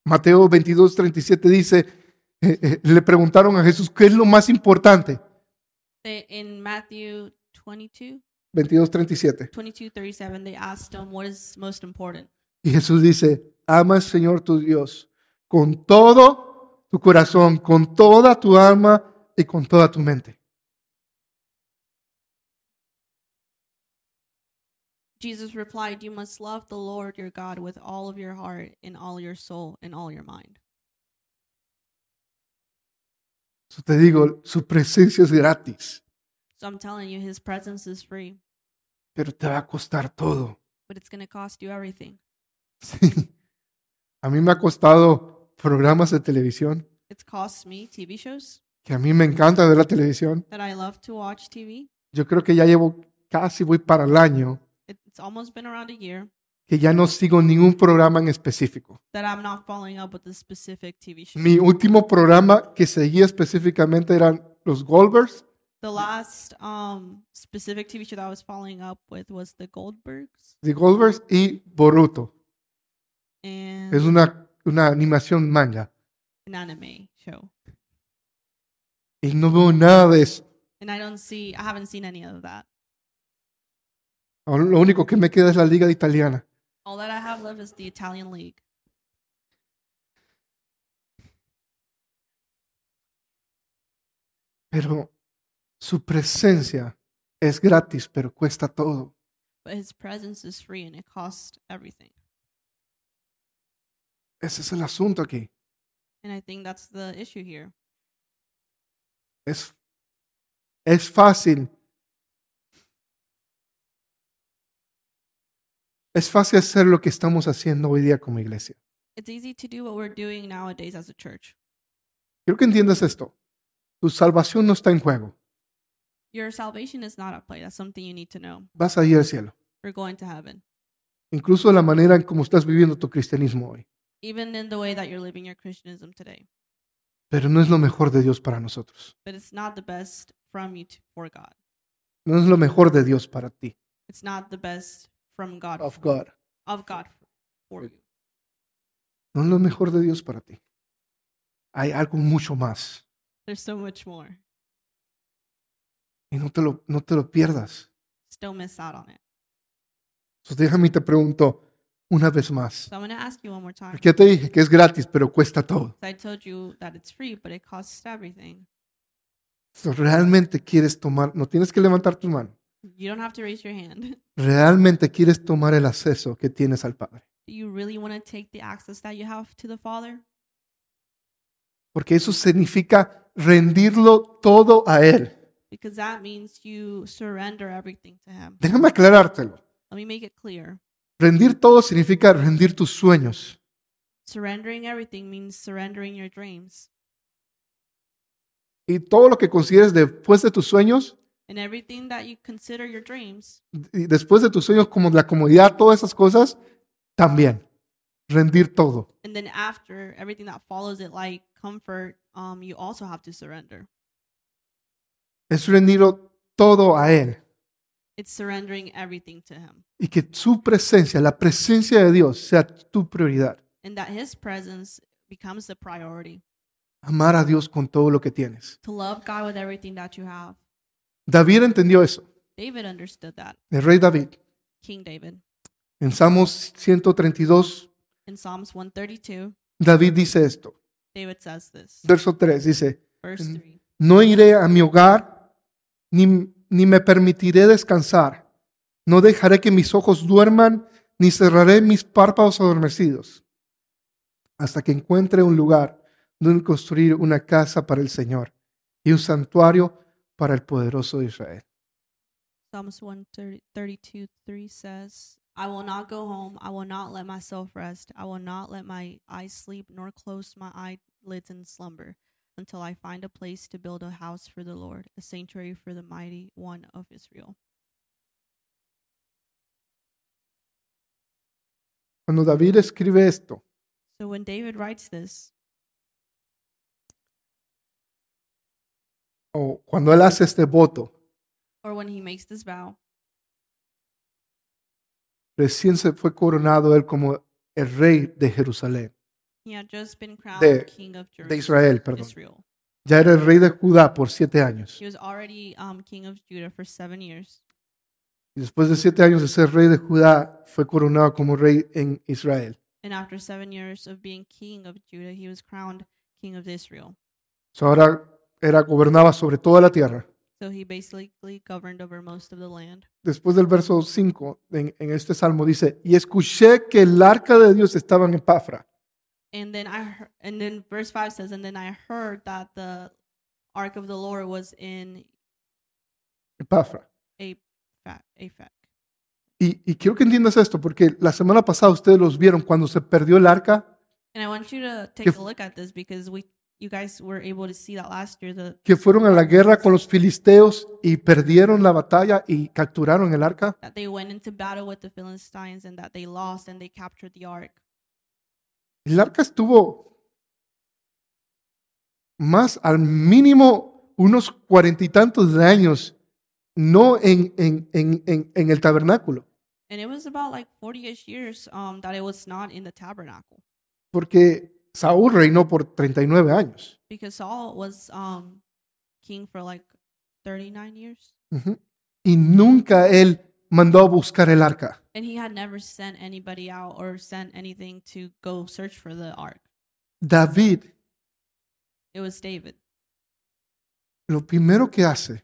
[SPEAKER 1] Mateo 22, 37 dice, eh, eh, le preguntaron a Jesús, ¿qué es lo más importante?
[SPEAKER 2] They, in Matthew 22,
[SPEAKER 1] 22, 37.
[SPEAKER 2] 22, 37, they asked him, What is most important?
[SPEAKER 1] Y Jesús dice, ama al Señor tu Dios con todo tu corazón, con toda tu alma y con toda tu mente.
[SPEAKER 2] Jesus replied, You must love the Lord your God with all of your heart, and all your soul, and all your mind.
[SPEAKER 1] Eso te digo, su presencia es gratis,
[SPEAKER 2] So I'm telling you, his presence is free,
[SPEAKER 1] pero te va a costar todo. [LAUGHS]
[SPEAKER 2] but it's going to cost you everything.
[SPEAKER 1] Sí. A mí me ha costado programas de televisión,
[SPEAKER 2] It's cost me TV shows
[SPEAKER 1] que a mí me encanta ver la televisión.
[SPEAKER 2] that I love to watch TV.
[SPEAKER 1] Yo creo que ya llevo casi, voy para el año
[SPEAKER 2] It's almost been around a year
[SPEAKER 1] que ya no sigo ningún programa en específico.
[SPEAKER 2] that I'm not following up with the specific TV show.
[SPEAKER 1] Mi último programa que seguía específicamente eran los Goldbergs
[SPEAKER 2] The last um specific TV show that I was following up with was The Goldbergs
[SPEAKER 1] The Goldbergs y Boruto.
[SPEAKER 2] and
[SPEAKER 1] Es una, una animación manga.
[SPEAKER 2] an anime show.
[SPEAKER 1] Y no veo nada de eso.
[SPEAKER 2] And I don't see, I haven't seen any of that.
[SPEAKER 1] Ahora lo único que me queda es la liga italiana.
[SPEAKER 2] All that I have left is the Italian League.
[SPEAKER 1] Pero su presencia es gratis, pero cuesta todo.
[SPEAKER 2] But his presence is free and it costs everything.
[SPEAKER 1] Ese es el asunto aquí.
[SPEAKER 2] And I think that's the issue here.
[SPEAKER 1] Es, es fácil. Es fácil hacer lo que estamos haciendo hoy día como iglesia.
[SPEAKER 2] It's easy to do what we're doing nowadays as a church.
[SPEAKER 1] Quiero que entiendas esto. Tu salvación no está en juego.
[SPEAKER 2] Your salvation is not at play. That's something you need to know.
[SPEAKER 1] Vas a ir al cielo.
[SPEAKER 2] We're going to heaven.
[SPEAKER 1] Incluso la manera en cómo estás viviendo tu cristianismo hoy.
[SPEAKER 2] Even in the way that you're living your Christianism today.
[SPEAKER 1] Pero no es lo mejor de Dios para nosotros.
[SPEAKER 2] But it's not the best from you to, for God.
[SPEAKER 1] No es lo mejor de Dios para ti.
[SPEAKER 2] It's not the best from God
[SPEAKER 1] Of God.
[SPEAKER 2] of God for you.
[SPEAKER 1] No es lo mejor de Dios para ti. Hay algo mucho más.
[SPEAKER 2] There's so much more.
[SPEAKER 1] Y no te lo, no te lo pierdas.
[SPEAKER 2] Just don't miss out on it.
[SPEAKER 1] Entonces déjame y te pregunto una vez más.
[SPEAKER 2] So I'm gonna ask you one more time.
[SPEAKER 1] Porque ya te dije que es gratis, pero cuesta todo.
[SPEAKER 2] 'Cause I told you that it's free, but it costs everything.
[SPEAKER 1] Si realmente quieres tomar, no tienes que levantar tu mano.
[SPEAKER 2] You don't have to raise your hand. [LAUGHS]
[SPEAKER 1] Realmente quieres tomar el acceso que tienes al Padre.
[SPEAKER 2] Do you really want to take the access that you have to the Father?
[SPEAKER 1] Porque eso significa rendirlo todo a Él.
[SPEAKER 2] Because that means you surrender everything to Him.
[SPEAKER 1] Déjame aclarártelo.
[SPEAKER 2] Let me make it clear.
[SPEAKER 1] Rendir todo significa rendir tus sueños,
[SPEAKER 2] Surrendering everything means surrendering your dreams.
[SPEAKER 1] y todo lo que consideres después de tus sueños,
[SPEAKER 2] And everything that you consider your dreams,
[SPEAKER 1] y después de tus sueños como la comodidad, todas esas cosas, también. Rendir todo.
[SPEAKER 2] and then after everything that follows it, like comfort, um, you also have to surrender.
[SPEAKER 1] Es rendirlo todo a Él.
[SPEAKER 2] It's surrendering everything to Him,
[SPEAKER 1] Y que su presencia, la presencia de Dios, sea tu prioridad.
[SPEAKER 2] and that His presence becomes the priority.
[SPEAKER 1] Amar a Dios con todo lo que tienes.
[SPEAKER 2] To love God with everything that you have.
[SPEAKER 1] David entendió eso,
[SPEAKER 2] David understood that.
[SPEAKER 1] el rey David.
[SPEAKER 2] King David.
[SPEAKER 1] En Salmos 132,
[SPEAKER 2] In Psalms 132,
[SPEAKER 1] David dice esto.
[SPEAKER 2] David says this.
[SPEAKER 1] Verso 3 dice,
[SPEAKER 2] Verse 3.
[SPEAKER 1] No iré a mi hogar, ni, ni me permitiré descansar. No dejaré que mis ojos duerman, ni cerraré mis párpados adormecidos, hasta que encuentre un lugar donde construir una casa para el Señor y un santuario para el poderoso de Israel.
[SPEAKER 2] Psalms 132 3 says, I will not go home. I will not let myself rest. I will not let my eyes sleep, nor close my eyelids in slumber until I find a place to build a house for the Lord, a sanctuary for the mighty one of Israel.
[SPEAKER 1] Cuando David escribe esto,
[SPEAKER 2] So when David writes this,
[SPEAKER 1] o cuando él hace este voto,
[SPEAKER 2] or when he makes this vow,
[SPEAKER 1] recién se fue coronado él como el rey de Jerusalén,
[SPEAKER 2] he had just been crowned
[SPEAKER 1] De-
[SPEAKER 2] king of
[SPEAKER 1] de
[SPEAKER 2] Jerusalem.
[SPEAKER 1] Israel, perdón.
[SPEAKER 2] Israel.
[SPEAKER 1] Ya era el rey de Judá por siete años.
[SPEAKER 2] He was already um, king of Judah for seven years.
[SPEAKER 1] Y después de siete años de ser rey de Judá, fue coronado como rey en Israel.
[SPEAKER 2] And after seven years of being king of Judah, he was crowned king of Israel.
[SPEAKER 1] So, ahora era, gobernaba sobre toda la tierra.
[SPEAKER 2] So he basically governed over most of the land.
[SPEAKER 1] Después del verso 5, en, en este salmo dice, y escuché que el arca de Dios estaba en Pafra.
[SPEAKER 2] And then I heard, and then verse 5 says, and then I heard that the ark of the Lord was in Apha- Aphek.
[SPEAKER 1] Y, y quiero que entiendas esto, porque la semana pasada ustedes los vieron cuando se perdió el arca.
[SPEAKER 2] And I want you to
[SPEAKER 1] Que
[SPEAKER 2] take a
[SPEAKER 1] f-
[SPEAKER 2] look at this because we you guys were able to see that last year. The
[SPEAKER 1] que fueron a la guerra con los filisteos y perdieron la batalla y capturaron el arca?
[SPEAKER 2] that they went into battle with the Philistines and that they lost and they captured the ark.
[SPEAKER 1] El arca estuvo más al mínimo unos cuarenta y tantos de años, no en, en, en, en, en el tabernáculo,
[SPEAKER 2] And it was about like 40-ish years um, that it was not in the tabernacle
[SPEAKER 1] porque Saúl reinó por 39 años.
[SPEAKER 2] because Saul was um, king for like 39 years.
[SPEAKER 1] Ujú. Y nunca él mandó a buscar el arca.
[SPEAKER 2] And he had never sent anybody out or sent anything to go search for the ark.
[SPEAKER 1] David
[SPEAKER 2] It was David.
[SPEAKER 1] lo primero que hace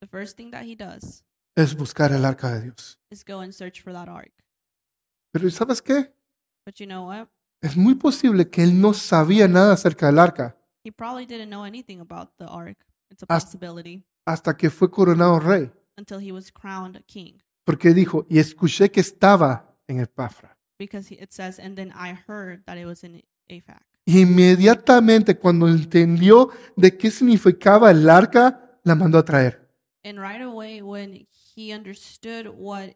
[SPEAKER 2] The first thing that he does
[SPEAKER 1] es buscar el arca de Dios.
[SPEAKER 2] is go and search for that ark.
[SPEAKER 1] Pero ¿y ¿sabes qué?
[SPEAKER 2] But you know what?
[SPEAKER 1] Es muy posible que él no sabía nada acerca del arca
[SPEAKER 2] He probably didn't know anything about the ark. It's a
[SPEAKER 1] As-
[SPEAKER 2] possibility
[SPEAKER 1] hasta que fue coronado rey,
[SPEAKER 2] until he was crowned a king
[SPEAKER 1] porque dijo, y escuché que estaba en Epafra.
[SPEAKER 2] because he, it says, and then I heard that it was in Aphek.
[SPEAKER 1] Inmediatamente cuando entendió de qué significaba el arca, la mandó a traer.
[SPEAKER 2] And right away, when he understood what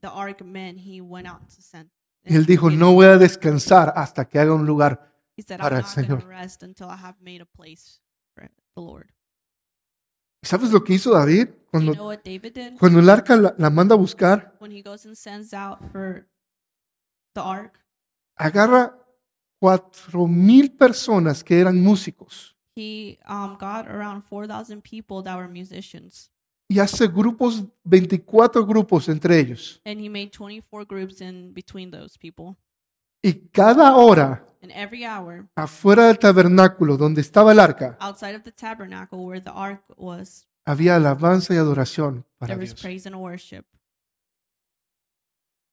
[SPEAKER 2] the ark meant, he went out to send.
[SPEAKER 1] Y él dijo, no voy a descansar hasta que haga un lugar.
[SPEAKER 2] He said,
[SPEAKER 1] para el
[SPEAKER 2] I'm not going to
[SPEAKER 1] Señor."
[SPEAKER 2] rest until I have made a place for the Lord.
[SPEAKER 1] ¿Sabes lo que hizo David?
[SPEAKER 2] You
[SPEAKER 1] Cuando,
[SPEAKER 2] know what David did?
[SPEAKER 1] cuando el arca la- la manda a buscar,
[SPEAKER 2] When he goes and sends out for the ark,
[SPEAKER 1] agarra cuatro mil personas que eran músicos
[SPEAKER 2] he um, got around 4,000 people that were musicians.
[SPEAKER 1] y hace grupos, 24 grupos entre ellos.
[SPEAKER 2] And he made 24 groups in between those people.
[SPEAKER 1] Y cada hora
[SPEAKER 2] And every hour
[SPEAKER 1] afuera del tabernáculo donde estaba el arca,
[SPEAKER 2] outside of the tabernacle where the ark was,
[SPEAKER 1] había alabanza y adoración para
[SPEAKER 2] there was
[SPEAKER 1] Dios.
[SPEAKER 2] praise and worship.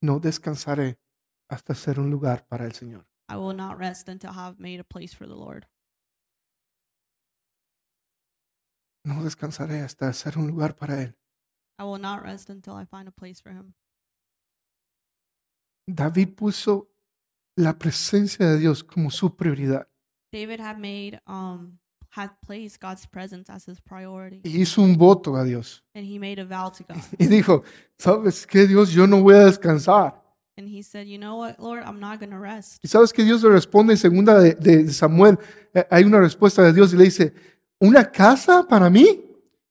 [SPEAKER 1] No descansaré hasta hacer un lugar para el Señor.
[SPEAKER 2] I will not rest until I have made a place for the Lord.
[SPEAKER 1] No descansaré hasta hacer un lugar para Él.
[SPEAKER 2] I will not rest until I find a place for him.
[SPEAKER 1] David puso la presencia de Dios como su prioridad
[SPEAKER 2] David had made um had placed God's presence as his priority
[SPEAKER 1] y hizo un voto a Dios.
[SPEAKER 2] and he made a vow to God.
[SPEAKER 1] Y dijo, ¿sabes qué Dios? Yo no voy a descansar.
[SPEAKER 2] and he said, "You know what, Lord, I'm not going to rest."
[SPEAKER 1] Y sabes que Dios le responde en segunda de, de- de Samuel. eh, hay una respuesta de Dios y le dice, ¿una casa para mí?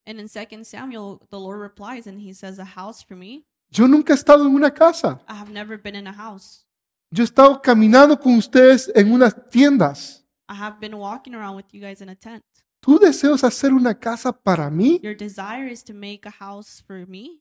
[SPEAKER 2] And in 2 Samuel, the Lord replies and he says, "A house for me?
[SPEAKER 1] Yo nunca he estado en una casa.
[SPEAKER 2] I have never been in a house.
[SPEAKER 1] Yo he estado caminando con ustedes en unas tiendas.
[SPEAKER 2] I have been walking around with you guys in a tent.
[SPEAKER 1] ¿Tú deseas hacer una casa para mí?
[SPEAKER 2] Your desire is to make a house for me."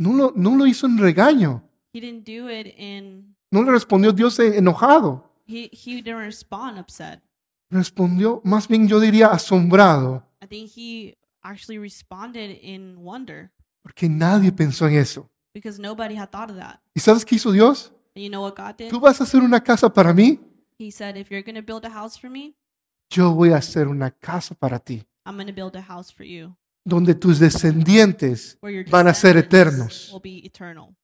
[SPEAKER 1] No lo, no lo hizo en regaño.
[SPEAKER 2] He didn't do it in
[SPEAKER 1] No le respondió Dios en- enojado.
[SPEAKER 2] he he didn't respond upset.
[SPEAKER 1] Respondió, más bien yo diría asombrado,
[SPEAKER 2] I think he actually responded in wonder
[SPEAKER 1] porque nadie pensó en eso.
[SPEAKER 2] because nobody had thought of that.
[SPEAKER 1] ¿Y sabes qué hizo Dios?
[SPEAKER 2] And you know what God did?
[SPEAKER 1] ¿Tú vas a hacer una casa para mí?
[SPEAKER 2] He said, If you're going to build a house for me,
[SPEAKER 1] Yo voy a hacer una casa para ti,
[SPEAKER 2] I'm going to build a house for you.
[SPEAKER 1] donde tus descendientes
[SPEAKER 2] Where your
[SPEAKER 1] Van a ser
[SPEAKER 2] descendants
[SPEAKER 1] eternos.
[SPEAKER 2] will be eternal.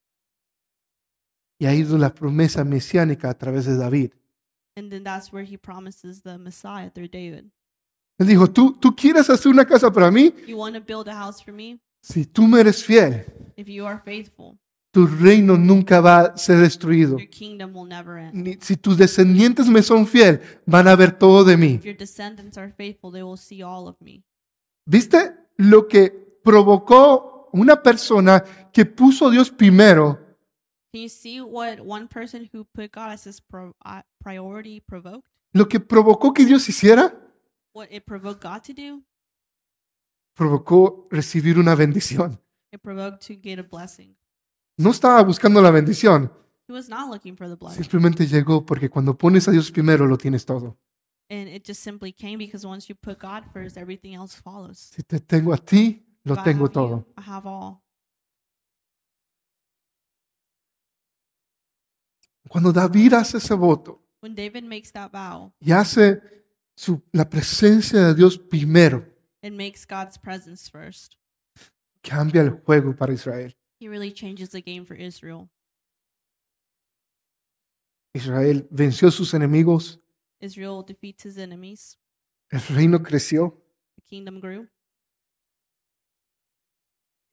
[SPEAKER 1] Y ahí es la promesa mesiánica a través de David.
[SPEAKER 2] And then that's where he promises the Messiah through David.
[SPEAKER 1] Él dijo, ¿Tú, tú quieres hacer una casa para mí?
[SPEAKER 2] You want to build a house for me?
[SPEAKER 1] Si tú me eres fiel,
[SPEAKER 2] If you are faithful,
[SPEAKER 1] tu reino nunca va a ser destruido.
[SPEAKER 2] your kingdom will never end.
[SPEAKER 1] Ni- Si tus descendientes me son fiel, van a ver todo de mí.
[SPEAKER 2] If your descendants are faithful, they will see all of me.
[SPEAKER 1] ¿Viste lo que provocó una persona que puso a Dios primero?
[SPEAKER 2] Can you see what one person who put God as his pro- uh, priority provoked?
[SPEAKER 1] Lo que provocó que Dios hiciera,
[SPEAKER 2] What it provoked God to do?
[SPEAKER 1] provocó recibir una bendición.
[SPEAKER 2] It provoked to get a blessing.
[SPEAKER 1] No estaba buscando la bendición,
[SPEAKER 2] He was not looking for the blessing.
[SPEAKER 1] simplemente llegó porque cuando pones a Dios primero lo tienes todo.
[SPEAKER 2] and it just simply came because once you put God first, everything else follows.
[SPEAKER 1] Si te tengo a ti, lo
[SPEAKER 2] If I
[SPEAKER 1] tengo
[SPEAKER 2] have you,
[SPEAKER 1] todo.
[SPEAKER 2] I have all.
[SPEAKER 1] Cuando David hace ese voto
[SPEAKER 2] When David makes that vow
[SPEAKER 1] y hace su- la presencia de Dios primero,
[SPEAKER 2] and makes God's presence first,
[SPEAKER 1] cambia el juego para Israel.
[SPEAKER 2] he really changes the game for Israel.
[SPEAKER 1] Israel venció a sus enemigos,
[SPEAKER 2] Israel defeats his enemies.
[SPEAKER 1] El reino creció
[SPEAKER 2] The kingdom grew.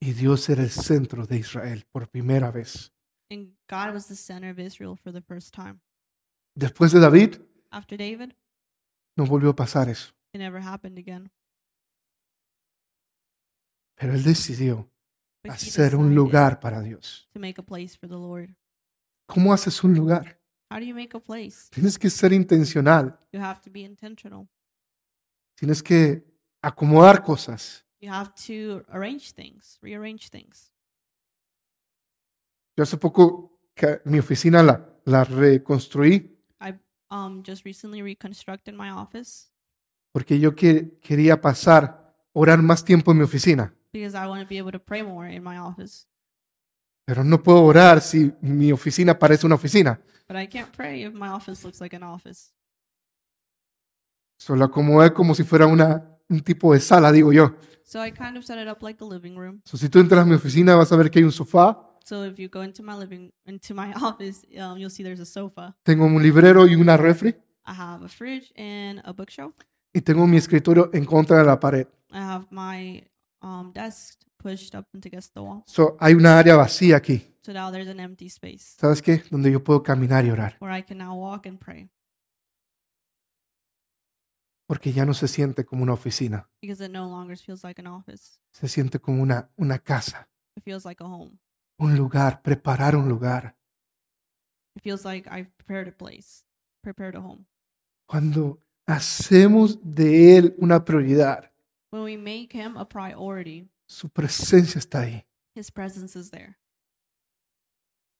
[SPEAKER 1] y Dios era el centro de Israel por primera vez.
[SPEAKER 2] And God was the center of Israel for the first time.
[SPEAKER 1] Después de David,
[SPEAKER 2] After David,
[SPEAKER 1] no volvió a pasar eso.
[SPEAKER 2] it never happened again.
[SPEAKER 1] Pero él decidió
[SPEAKER 2] But he
[SPEAKER 1] hacer un
[SPEAKER 2] decided
[SPEAKER 1] lugar para Dios.
[SPEAKER 2] to make a place for the Lord.
[SPEAKER 1] ¿Cómo haces un lugar?
[SPEAKER 2] How do you make a place?
[SPEAKER 1] Tienes que ser intencional.
[SPEAKER 2] You have to be intentional.
[SPEAKER 1] Tienes que acomodar cosas.
[SPEAKER 2] You have to arrange things, rearrange things.
[SPEAKER 1] Yo hace poco que mi oficina la, la reconstruí
[SPEAKER 2] I um just recently reconstructed my office
[SPEAKER 1] porque yo que- quería pasar, orar más tiempo en mi oficina.
[SPEAKER 2] because I want to be able to pray more in my office.
[SPEAKER 1] Pero no puedo orar si mi oficina parece una oficina.
[SPEAKER 2] But I can't pray if my office looks like an office.
[SPEAKER 1] Solo acomodé como si fuera una, un tipo de sala, digo yo.
[SPEAKER 2] So I kind of set it up like a living room.
[SPEAKER 1] So, si tú entras a mi oficina vas a ver que hay un sofá,
[SPEAKER 2] So if you go into my living into my [LAUGHS] office, um, you'll see there's a sofa.
[SPEAKER 1] tengo un librero y una refri
[SPEAKER 2] I have a fridge and a bookshelf.
[SPEAKER 1] y tengo mi escritorio en contra de la pared.
[SPEAKER 2] I have my um desk pushed up and against the wall.
[SPEAKER 1] So, hay una área vacía aquí.
[SPEAKER 2] So now there's an empty space
[SPEAKER 1] ¿Sabes qué? Donde yo puedo caminar y orar.
[SPEAKER 2] where I can now walk and pray
[SPEAKER 1] Porque ya no se siente como una oficina.
[SPEAKER 2] because it no longer feels like an office.
[SPEAKER 1] Se siente como una, una casa,
[SPEAKER 2] It feels like a home.
[SPEAKER 1] un lugar, preparar un lugar.
[SPEAKER 2] It feels like I've prepared a place, prepared a home.
[SPEAKER 1] Cuando hacemos de Él una prioridad,
[SPEAKER 2] When we make him a priority,
[SPEAKER 1] su presencia está ahí.
[SPEAKER 2] his presence is there.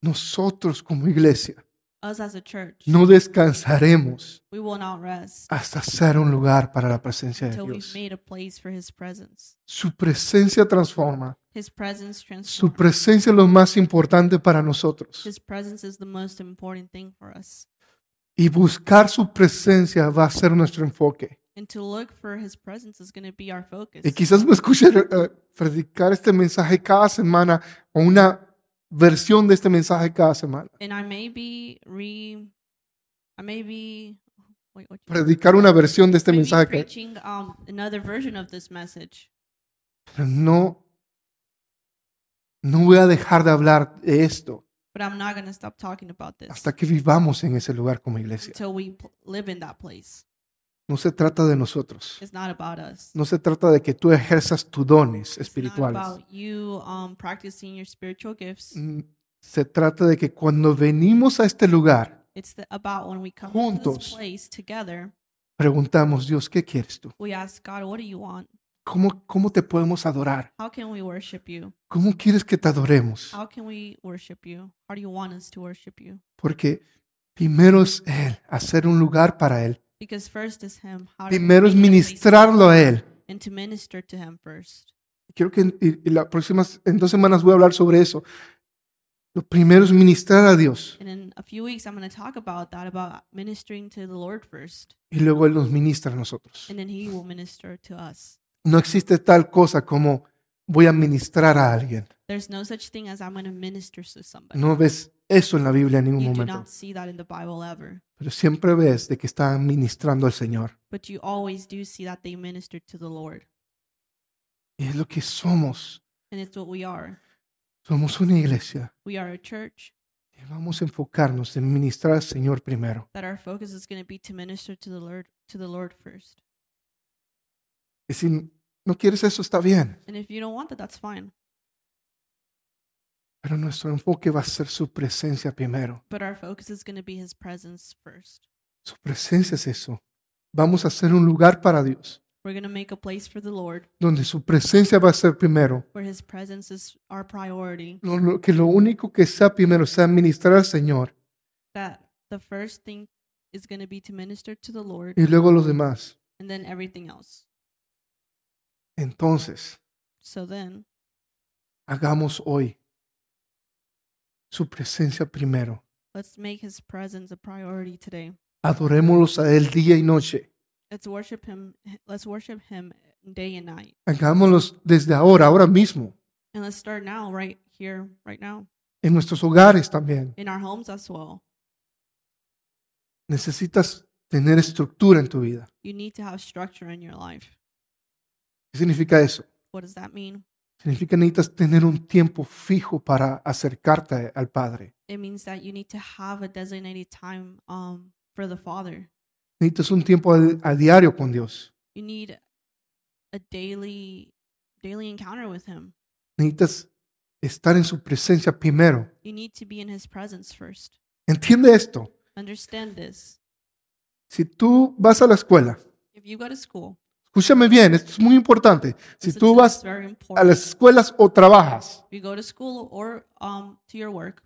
[SPEAKER 1] Nosotros como iglesia
[SPEAKER 2] Us as a church,
[SPEAKER 1] no descansaremos
[SPEAKER 2] we will not rest
[SPEAKER 1] hasta hacer un lugar para la presencia de
[SPEAKER 2] until we've
[SPEAKER 1] Dios.
[SPEAKER 2] made a place for his presence.
[SPEAKER 1] Su presencia transforma.
[SPEAKER 2] His presence
[SPEAKER 1] Su
[SPEAKER 2] transforms.
[SPEAKER 1] presencia es lo más importante para nosotros.
[SPEAKER 2] His presence is the most important thing for us.
[SPEAKER 1] Y buscar su presencia va a ser nuestro enfoque.
[SPEAKER 2] And to look for his presence is going to be our focus.
[SPEAKER 1] Y quizás me escuchen eh, predicar este mensaje cada semana o una versión de este mensaje cada semana.
[SPEAKER 2] And I may be re I may be wait, what you-
[SPEAKER 1] Predicar una versión de este
[SPEAKER 2] may be
[SPEAKER 1] mensaje. que-
[SPEAKER 2] preaching um another version of this message.
[SPEAKER 1] Pero no, no voy a dejar de hablar de esto
[SPEAKER 2] But I'm not going to stop talking about this
[SPEAKER 1] hasta que vivamos en ese lugar como iglesia.
[SPEAKER 2] until we pl- live in that place.
[SPEAKER 1] No se trata de nosotros.
[SPEAKER 2] It's not about us.
[SPEAKER 1] No se trata de que tú ejerzas tus dones
[SPEAKER 2] It's not
[SPEAKER 1] espirituales.
[SPEAKER 2] about you um practicing your spiritual gifts.
[SPEAKER 1] Mm, Se trata de que cuando venimos a este lugar,
[SPEAKER 2] It's the, about when we come to
[SPEAKER 1] Juntos.
[SPEAKER 2] this place together,
[SPEAKER 1] preguntamos, Dios, ¿qué quieres tú?
[SPEAKER 2] we ask God, what do you want?
[SPEAKER 1] ¿Cómo, cómo te podemos adorar?
[SPEAKER 2] How can we worship you?
[SPEAKER 1] ¿Cómo quieres que te adoremos?
[SPEAKER 2] How can we worship you? How do you want us to worship you?
[SPEAKER 1] Porque primero es Él, hacer un lugar para Él.
[SPEAKER 2] Because first is Him. How do we
[SPEAKER 1] Primero es
[SPEAKER 2] make the place
[SPEAKER 1] ministrarlo a Él.
[SPEAKER 2] And to minister to Him first.
[SPEAKER 1] Quiero que en, y- y la próxima- en dos semanas voy a hablar sobre eso. Lo primero es ministrar a Dios
[SPEAKER 2] And in a few weeks, I'm going to talk about that, about ministering to the Lord first.
[SPEAKER 1] y luego Él nos ministra a nosotros.
[SPEAKER 2] And then He will minister to us.
[SPEAKER 1] No existe tal cosa como voy a ministrar a alguien.
[SPEAKER 2] There's no such thing as I'm going to minister to somebody.
[SPEAKER 1] No ves eso en la Biblia en ningún
[SPEAKER 2] you do
[SPEAKER 1] momento.
[SPEAKER 2] not see that in the Bible ever.
[SPEAKER 1] Pero siempre ves de que están ministrando al Señor.
[SPEAKER 2] But you always do see that they ministered to the Lord.
[SPEAKER 1] Y es lo que somos.
[SPEAKER 2] And it's what we are.
[SPEAKER 1] Somos una iglesia.
[SPEAKER 2] We are a church
[SPEAKER 1] Y vamos a enfocarnos en ministrar al Señor primero.
[SPEAKER 2] that our focus is going to be to minister to the Lord to the Lord first.
[SPEAKER 1] Y si no quieres eso, está bien.
[SPEAKER 2] And if you don't want that, that's fine.
[SPEAKER 1] Pero nuestro enfoque va a ser su presencia primero.
[SPEAKER 2] But our focus is going to be His presence first.
[SPEAKER 1] Su presencia es eso. Vamos a hacer un lugar para Dios,
[SPEAKER 2] We're going to make a place for the Lord
[SPEAKER 1] donde su presencia va a ser primero.
[SPEAKER 2] where his presence is our priority.
[SPEAKER 1] Lo- lo- que lo único que sea primero sea ministrar al Señor
[SPEAKER 2] That the first thing is going to be to minister to the Lord
[SPEAKER 1] y luego los demás.
[SPEAKER 2] and then everything else.
[SPEAKER 1] Entonces,
[SPEAKER 2] So then
[SPEAKER 1] hagamos hoy su presencia primero.
[SPEAKER 2] let's make his presence a priority today.
[SPEAKER 1] Adorémoslos a Él día y noche.
[SPEAKER 2] Let's worship him. Let's worship him day and night.
[SPEAKER 1] Hagámoslos desde ahora, ahora mismo,
[SPEAKER 2] And let's start now, right here, right now,
[SPEAKER 1] en nuestros hogares también.
[SPEAKER 2] in our homes as well.
[SPEAKER 1] Necesitas tener estructura en tu vida.
[SPEAKER 2] You need to have structure in your life.
[SPEAKER 1] ¿Qué significa eso?
[SPEAKER 2] What does that mean?
[SPEAKER 1] Significa que necesitas tener un tiempo fijo para acercarte al Padre.
[SPEAKER 2] It means that you need to have a designated time um, for the Father.
[SPEAKER 1] Necesitas un tiempo a, a diario con Dios.
[SPEAKER 2] You need a daily, daily encounter with Him.
[SPEAKER 1] Necesitas estar en su presencia primero.
[SPEAKER 2] You need to be in His presence first.
[SPEAKER 1] Entiende esto.
[SPEAKER 2] Understand this.
[SPEAKER 1] Si tú vas a la escuela,
[SPEAKER 2] If you go to school,
[SPEAKER 1] escúchame bien, esto es muy importante. Si
[SPEAKER 2] this
[SPEAKER 1] tú
[SPEAKER 2] is- it's
[SPEAKER 1] vas
[SPEAKER 2] very
[SPEAKER 1] a
[SPEAKER 2] important.
[SPEAKER 1] las escuelas o trabajas,
[SPEAKER 2] If you go to school or um, to your work,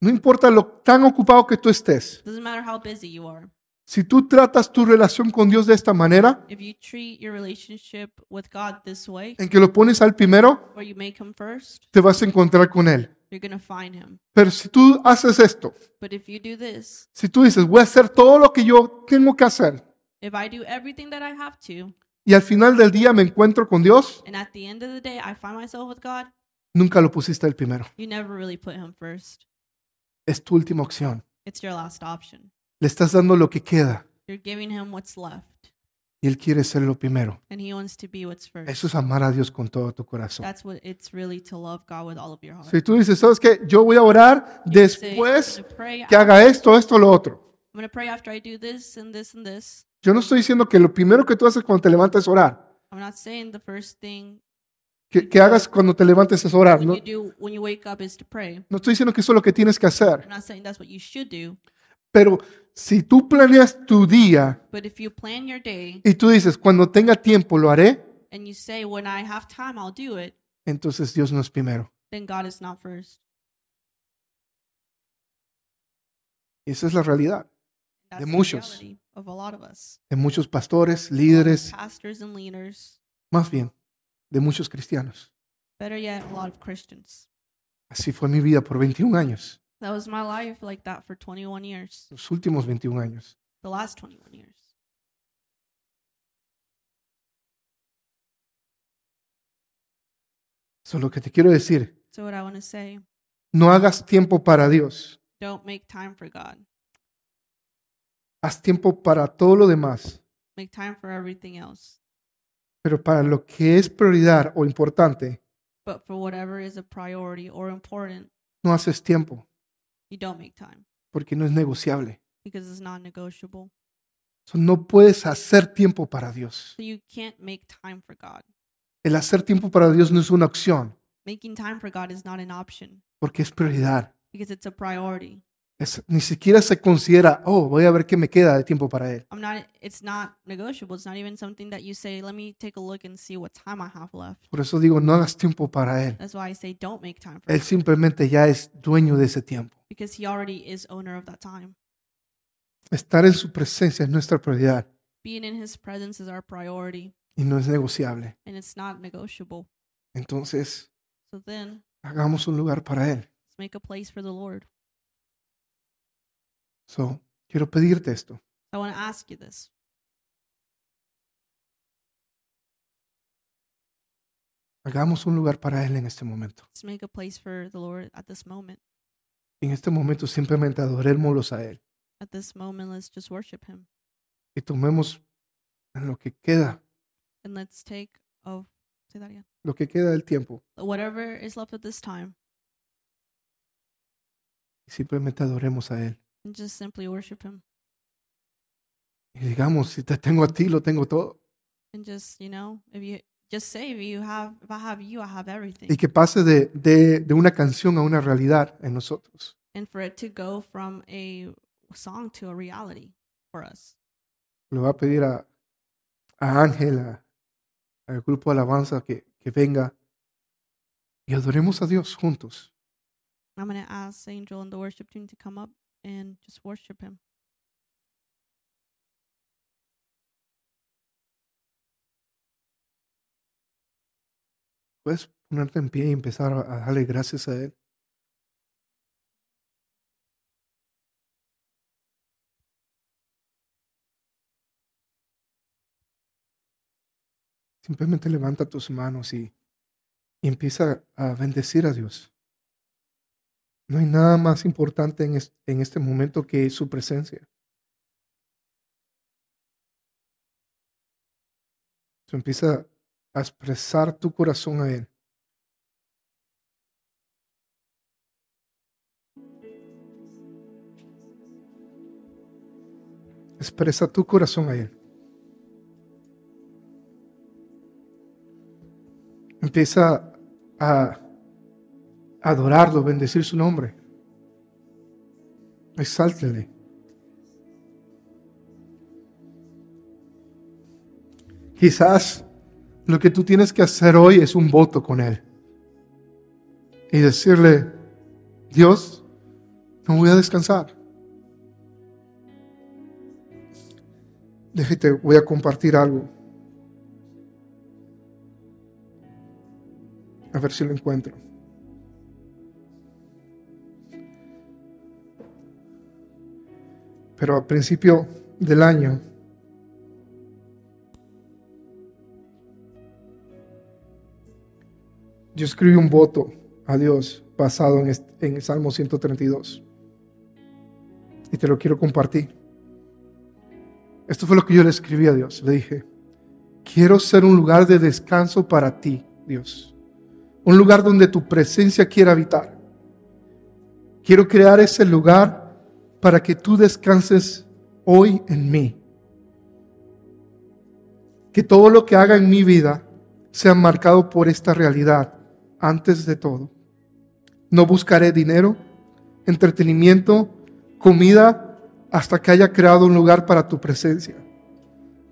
[SPEAKER 1] no importa lo tan ocupado que tú estés,
[SPEAKER 2] doesn't matter how busy you are.
[SPEAKER 1] si tú tratas tu relación con Dios de esta manera,
[SPEAKER 2] If you treat your relationship with God this way,
[SPEAKER 1] en que lo pones al primero,
[SPEAKER 2] where you make Him first,
[SPEAKER 1] te vas a encontrar con Él.
[SPEAKER 2] you're going to find Him.
[SPEAKER 1] Pero si tú haces esto,
[SPEAKER 2] But if you do this,
[SPEAKER 1] si tú dices, voy a hacer todo lo que yo tengo que hacer
[SPEAKER 2] if I do everything that I have to,
[SPEAKER 1] y al final del día me encuentro con Dios,
[SPEAKER 2] and at the end of the day I find myself with God,
[SPEAKER 1] nunca lo pusiste al primero.
[SPEAKER 2] you never really put Him first.
[SPEAKER 1] Es tu última opción.
[SPEAKER 2] It's your last option.
[SPEAKER 1] Le estás dando lo que queda
[SPEAKER 2] You're giving Him what's left,
[SPEAKER 1] y Él quiere ser lo primero.
[SPEAKER 2] and He wants to be what's first.
[SPEAKER 1] Eso es amar a Dios con todo tu corazón.
[SPEAKER 2] That's what it's really to love God with all of your heart.
[SPEAKER 1] Si tú dices, ¿sabes qué? Yo voy a orar
[SPEAKER 2] Say,
[SPEAKER 1] después
[SPEAKER 2] I'm gonna pray.
[SPEAKER 1] que haga esto, esto, lo otro.
[SPEAKER 2] I'm gonna pray after I do this and this and this.
[SPEAKER 1] Yo no estoy diciendo que lo primero que tú haces cuando te levantas es orar.
[SPEAKER 2] I'm not saying the first thing
[SPEAKER 1] Que, que hagas cuando te levantes es orar. No,
[SPEAKER 2] you do when you wake up is to pray.
[SPEAKER 1] no estoy diciendo que eso es lo que tienes que hacer.
[SPEAKER 2] I'm not saying that's what you should do,
[SPEAKER 1] Pero si tú planeas tu día
[SPEAKER 2] but if you plan your day
[SPEAKER 1] y tú dices, cuando tenga tiempo lo haré,
[SPEAKER 2] and you say, when I have time, I'll do it,
[SPEAKER 1] entonces Dios no es primero.
[SPEAKER 2] then God is not first.
[SPEAKER 1] Y esa es la realidad
[SPEAKER 2] That's
[SPEAKER 1] De
[SPEAKER 2] the
[SPEAKER 1] muchos.
[SPEAKER 2] reality of a lot of us,
[SPEAKER 1] de muchos pastores, líderes,
[SPEAKER 2] pastors and leaders.
[SPEAKER 1] más bien, de muchos cristianos.
[SPEAKER 2] Better yet, a lot of Christians.
[SPEAKER 1] Así fue mi vida por 21 años,
[SPEAKER 2] That was my life like that for 21 years,
[SPEAKER 1] los últimos 21 años.
[SPEAKER 2] the last 21 years.
[SPEAKER 1] So, lo que te quiero decir,
[SPEAKER 2] So, what I want to say,
[SPEAKER 1] no hagas tiempo para Dios,
[SPEAKER 2] don't make time for God.
[SPEAKER 1] haz tiempo para todo lo demás,
[SPEAKER 2] Make time for everything else.
[SPEAKER 1] pero para lo que es prioridad o importante,
[SPEAKER 2] But for whatever is a priority or important,
[SPEAKER 1] no haces tiempo,
[SPEAKER 2] you don't make time
[SPEAKER 1] porque no es negociable.
[SPEAKER 2] because it's non negotiable.
[SPEAKER 1] So, no puedes hacer tiempo para Dios.
[SPEAKER 2] So you can't make time for God.
[SPEAKER 1] El hacer tiempo para Dios no es una opción,
[SPEAKER 2] Making time for God is not an option
[SPEAKER 1] porque es prioridad.
[SPEAKER 2] because it's a priority.
[SPEAKER 1] Es- ni siquiera se considera, oh, voy a ver qué me queda de tiempo para Él.
[SPEAKER 2] I'm not it's not negotiable. It's not even something that you say, let me take a look and see what time I have left.
[SPEAKER 1] Por eso digo, no hagas tiempo para Él.
[SPEAKER 2] That's why I say don't make time for
[SPEAKER 1] Él
[SPEAKER 2] God
[SPEAKER 1] simplemente ya es dueño de ese tiempo.
[SPEAKER 2] because he already is owner of that time.
[SPEAKER 1] Estar en su presencia es nuestra prioridad
[SPEAKER 2] Being in his presence is our priority
[SPEAKER 1] y no es negociable.
[SPEAKER 2] and it's not negotiable.
[SPEAKER 1] Entonces,
[SPEAKER 2] So then let's
[SPEAKER 1] hagamos un lugar para Él.
[SPEAKER 2] make a place for the Lord.
[SPEAKER 1] So, quiero pedirte esto.
[SPEAKER 2] I want to ask you this.
[SPEAKER 1] Hagamos un lugar para Él en este momento.
[SPEAKER 2] Let's make a place for the Lord at this moment.
[SPEAKER 1] En este momento simplemente adorémoslos a Él
[SPEAKER 2] At this moment, let's just worship him
[SPEAKER 1] y tomemos en lo que queda,
[SPEAKER 2] and let's take of say that again.
[SPEAKER 1] lo que queda del tiempo
[SPEAKER 2] Whatever is left at this time,
[SPEAKER 1] y simplemente adoremos a Él.
[SPEAKER 2] and just simply worship him
[SPEAKER 1] Y digamos, si te tengo a ti, lo tengo todo.
[SPEAKER 2] and just you know if you just say if you have if I have you, I have everything.
[SPEAKER 1] Y que pase de, de, de una canción a una realidad en nosotros.
[SPEAKER 2] And for it to go from a song to a reality for us,
[SPEAKER 1] le voy a pedir a, a Ángel, a- al grupo de alabanza que, que venga y adoremos a Dios juntos.
[SPEAKER 2] I'm gonna ask Angel and the worship team to come up and just worship him.
[SPEAKER 1] Puedes ponerte en pie y empezar a, a darle gracias a Él. Simplemente levanta tus manos y, y empieza a bendecir a Dios. No hay nada más importante en es- en este momento que su presencia. Tú empiezas a expresar tu corazón a Él. Expresa tu corazón a Él. Empieza a adorarlo, bendecir su nombre. Exáltele. Quizás lo que tú tienes que hacer hoy es un voto con Él. Y decirle, Dios, no voy a descansar. Déjate, voy a compartir algo. A ver si lo encuentro. Pero al principio del año, yo escribí un voto a Dios basado en, est- en el Salmo 132. Y te lo quiero compartir. Esto fue lo que yo le escribí a Dios. Le dije, quiero ser un lugar de descanso para ti, Dios. Un lugar donde tu presencia quiera habitar. Quiero crear ese lugar para que tú descanses hoy en mí. Que todo lo que haga en mi vida sea marcado por esta realidad antes de todo. No buscaré dinero, entretenimiento, comida, hasta que haya creado un lugar para tu presencia.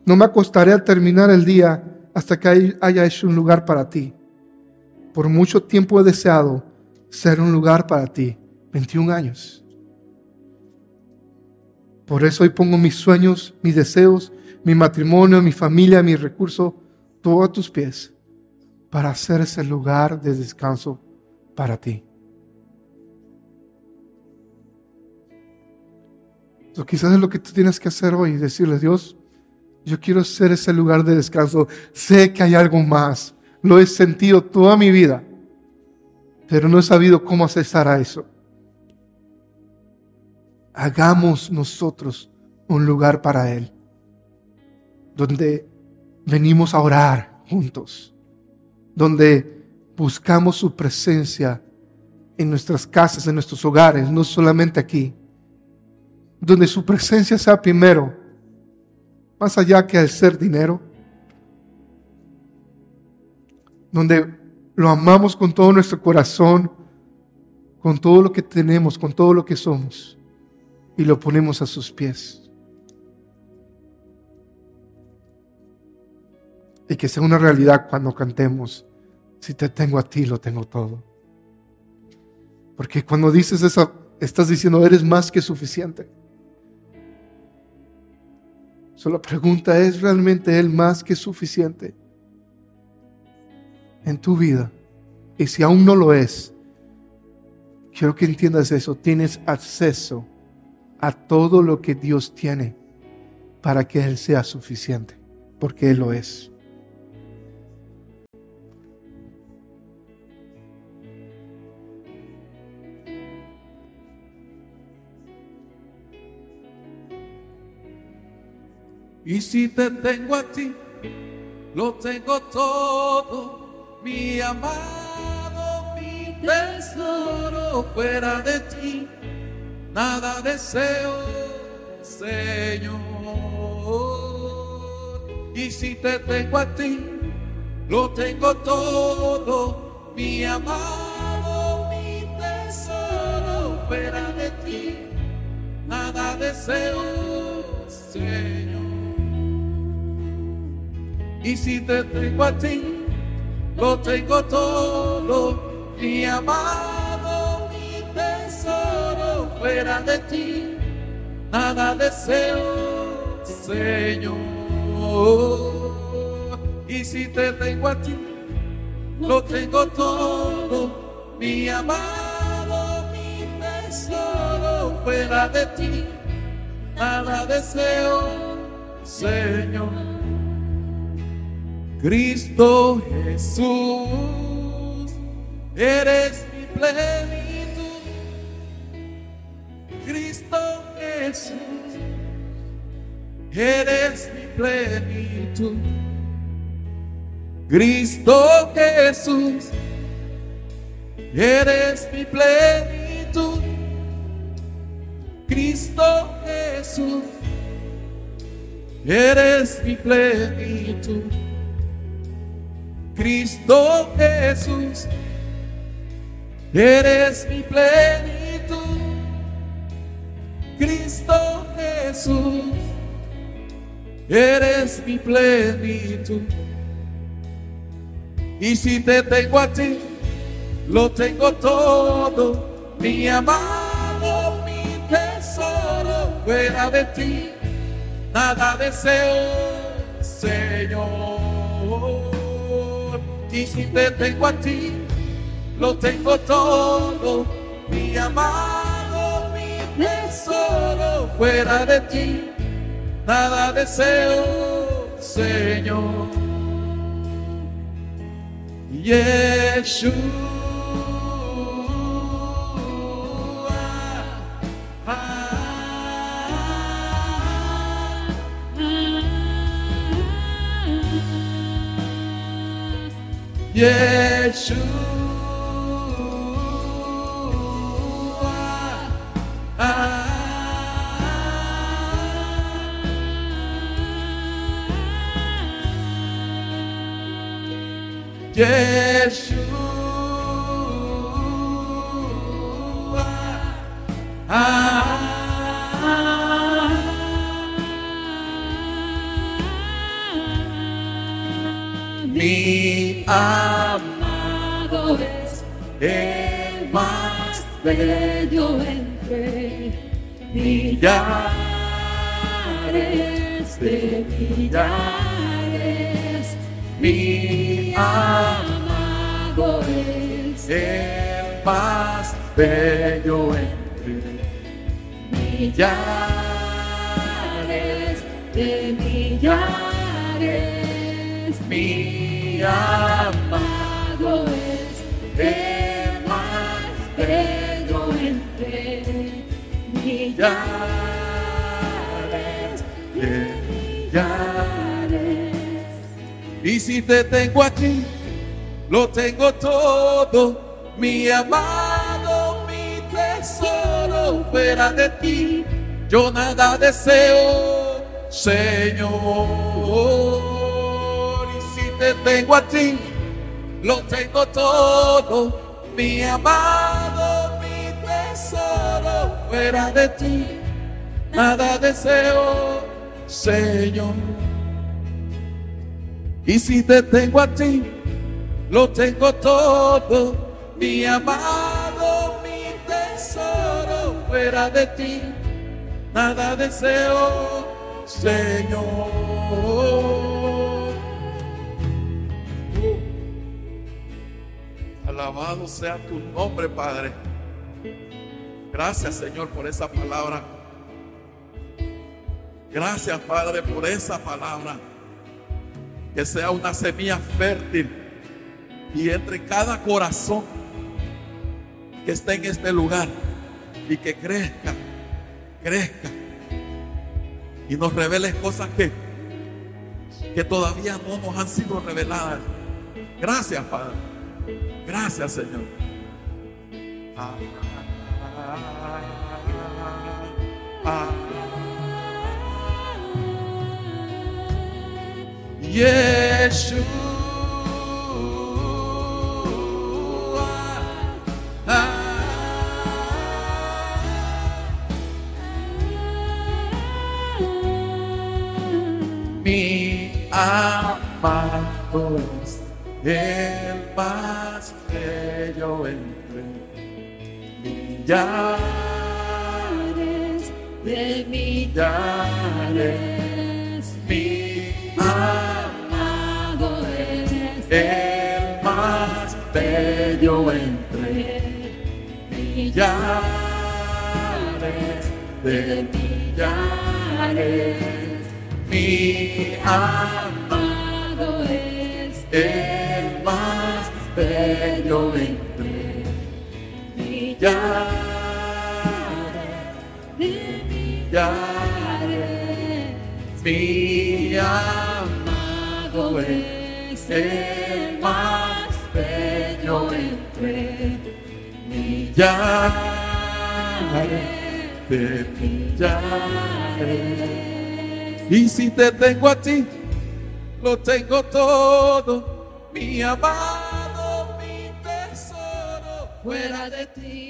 [SPEAKER 1] No me acostaré al terminar el día hasta que hay- haya hecho un lugar para ti. Por mucho tiempo he deseado ser un lugar para ti, 21 años. Por eso hoy pongo mis sueños, mis deseos, mi matrimonio, mi familia, mis recursos, todo a tus pies para hacer ese lugar de descanso para ti. Entonces, quizás es lo que tú tienes que hacer hoy, decirle, Dios, yo quiero ser ese lugar de descanso. Sé que hay algo más. Lo he sentido toda mi vida, pero no he sabido cómo accesar a eso. Hagamos nosotros un lugar para Él, donde venimos a orar juntos, donde buscamos su presencia en nuestras casas, en nuestros hogares, no solamente aquí, donde su presencia sea primero, más allá que el ser dinero, donde lo amamos con todo nuestro corazón, con todo lo que tenemos, con todo lo que somos, y lo ponemos a sus pies. y que sea una realidad cuando cantemos, si te tengo a ti, lo tengo todo. Porque cuando dices eso, estás diciendo, eres más que suficiente. So, la pregunta es, ¿realmente Él más que suficiente en tu vida? Y si aún no lo es, quiero que entiendas eso. Tienes acceso a todo lo que Dios tiene para que Él sea suficiente, porque Él lo es.
[SPEAKER 3] Y si te tengo a ti, lo tengo todo, mi amado, mi tesoro. Fuera de ti, nada deseo, Señor. Y si te tengo a ti, lo tengo todo, mi amado, mi tesoro. Fuera de ti, nada deseo, Señor. Y si te tengo a ti, lo tengo todo, mi amado, mi tesoro, fuera de ti, nada deseo, Señor. Y si te tengo a ti, lo tengo todo, mi amado, mi tesoro, fuera de ti, nada deseo, Señor. Cristo Jesús, eres mi plenitud. Cristo Jesús, eres mi plenitud. Cristo Jesús, eres mi plenitud. Cristo Jesús, eres mi plenitud. Cristo Jesús, eres mi plenitud. Cristo Jesús, eres mi plenitud. Y si te tengo a ti, lo tengo todo, mi amado, mi tesoro, fuera de ti, nada deseo, Señor. Y si te tengo a ti, lo tengo todo, mi amado, mi tesoro, fuera de ti, nada deseo, Señor. Yeshua. Ah, Yeshua. Ah, Yeshua. Ah. Mi amado es el más bello entre millares de millares. Mi amado es el más bello entre millares de millares. Mi amado es el más bello entre millares de millares. Y si te tengo aquí, lo tengo todo, mi amado, mi tesoro, fuera de ti, yo nada deseo, Señor. Y si te tengo a ti, lo tengo todo, mi amado, mi tesoro, fuera de ti, nada deseo, Señor. Y si te tengo a ti, lo tengo todo, mi amado, mi tesoro, fuera de ti, nada deseo, Señor. Alabado sea tu nombre, Padre. Gracias, Señor, por esa palabra. Gracias, Padre, por esa palabra que sea una semilla fértil y entre en cada corazón que esté en este lugar y que crezca, crezca y nos reveles cosas que, que todavía no nos han sido reveladas. Gracias, Padre. Gracias, Señor. Ah, ah, Yeshua. Ah. Mi amado es el más bello entre millares de millares. Mi amado es el más bello entre millares de millares. Mi amado es el más bello entre millares de millares. Mi amado es es el más bello entre millares de millares. Y si te tengo a ti, lo tengo todo, mi amado, mi tesoro, fuera de ti.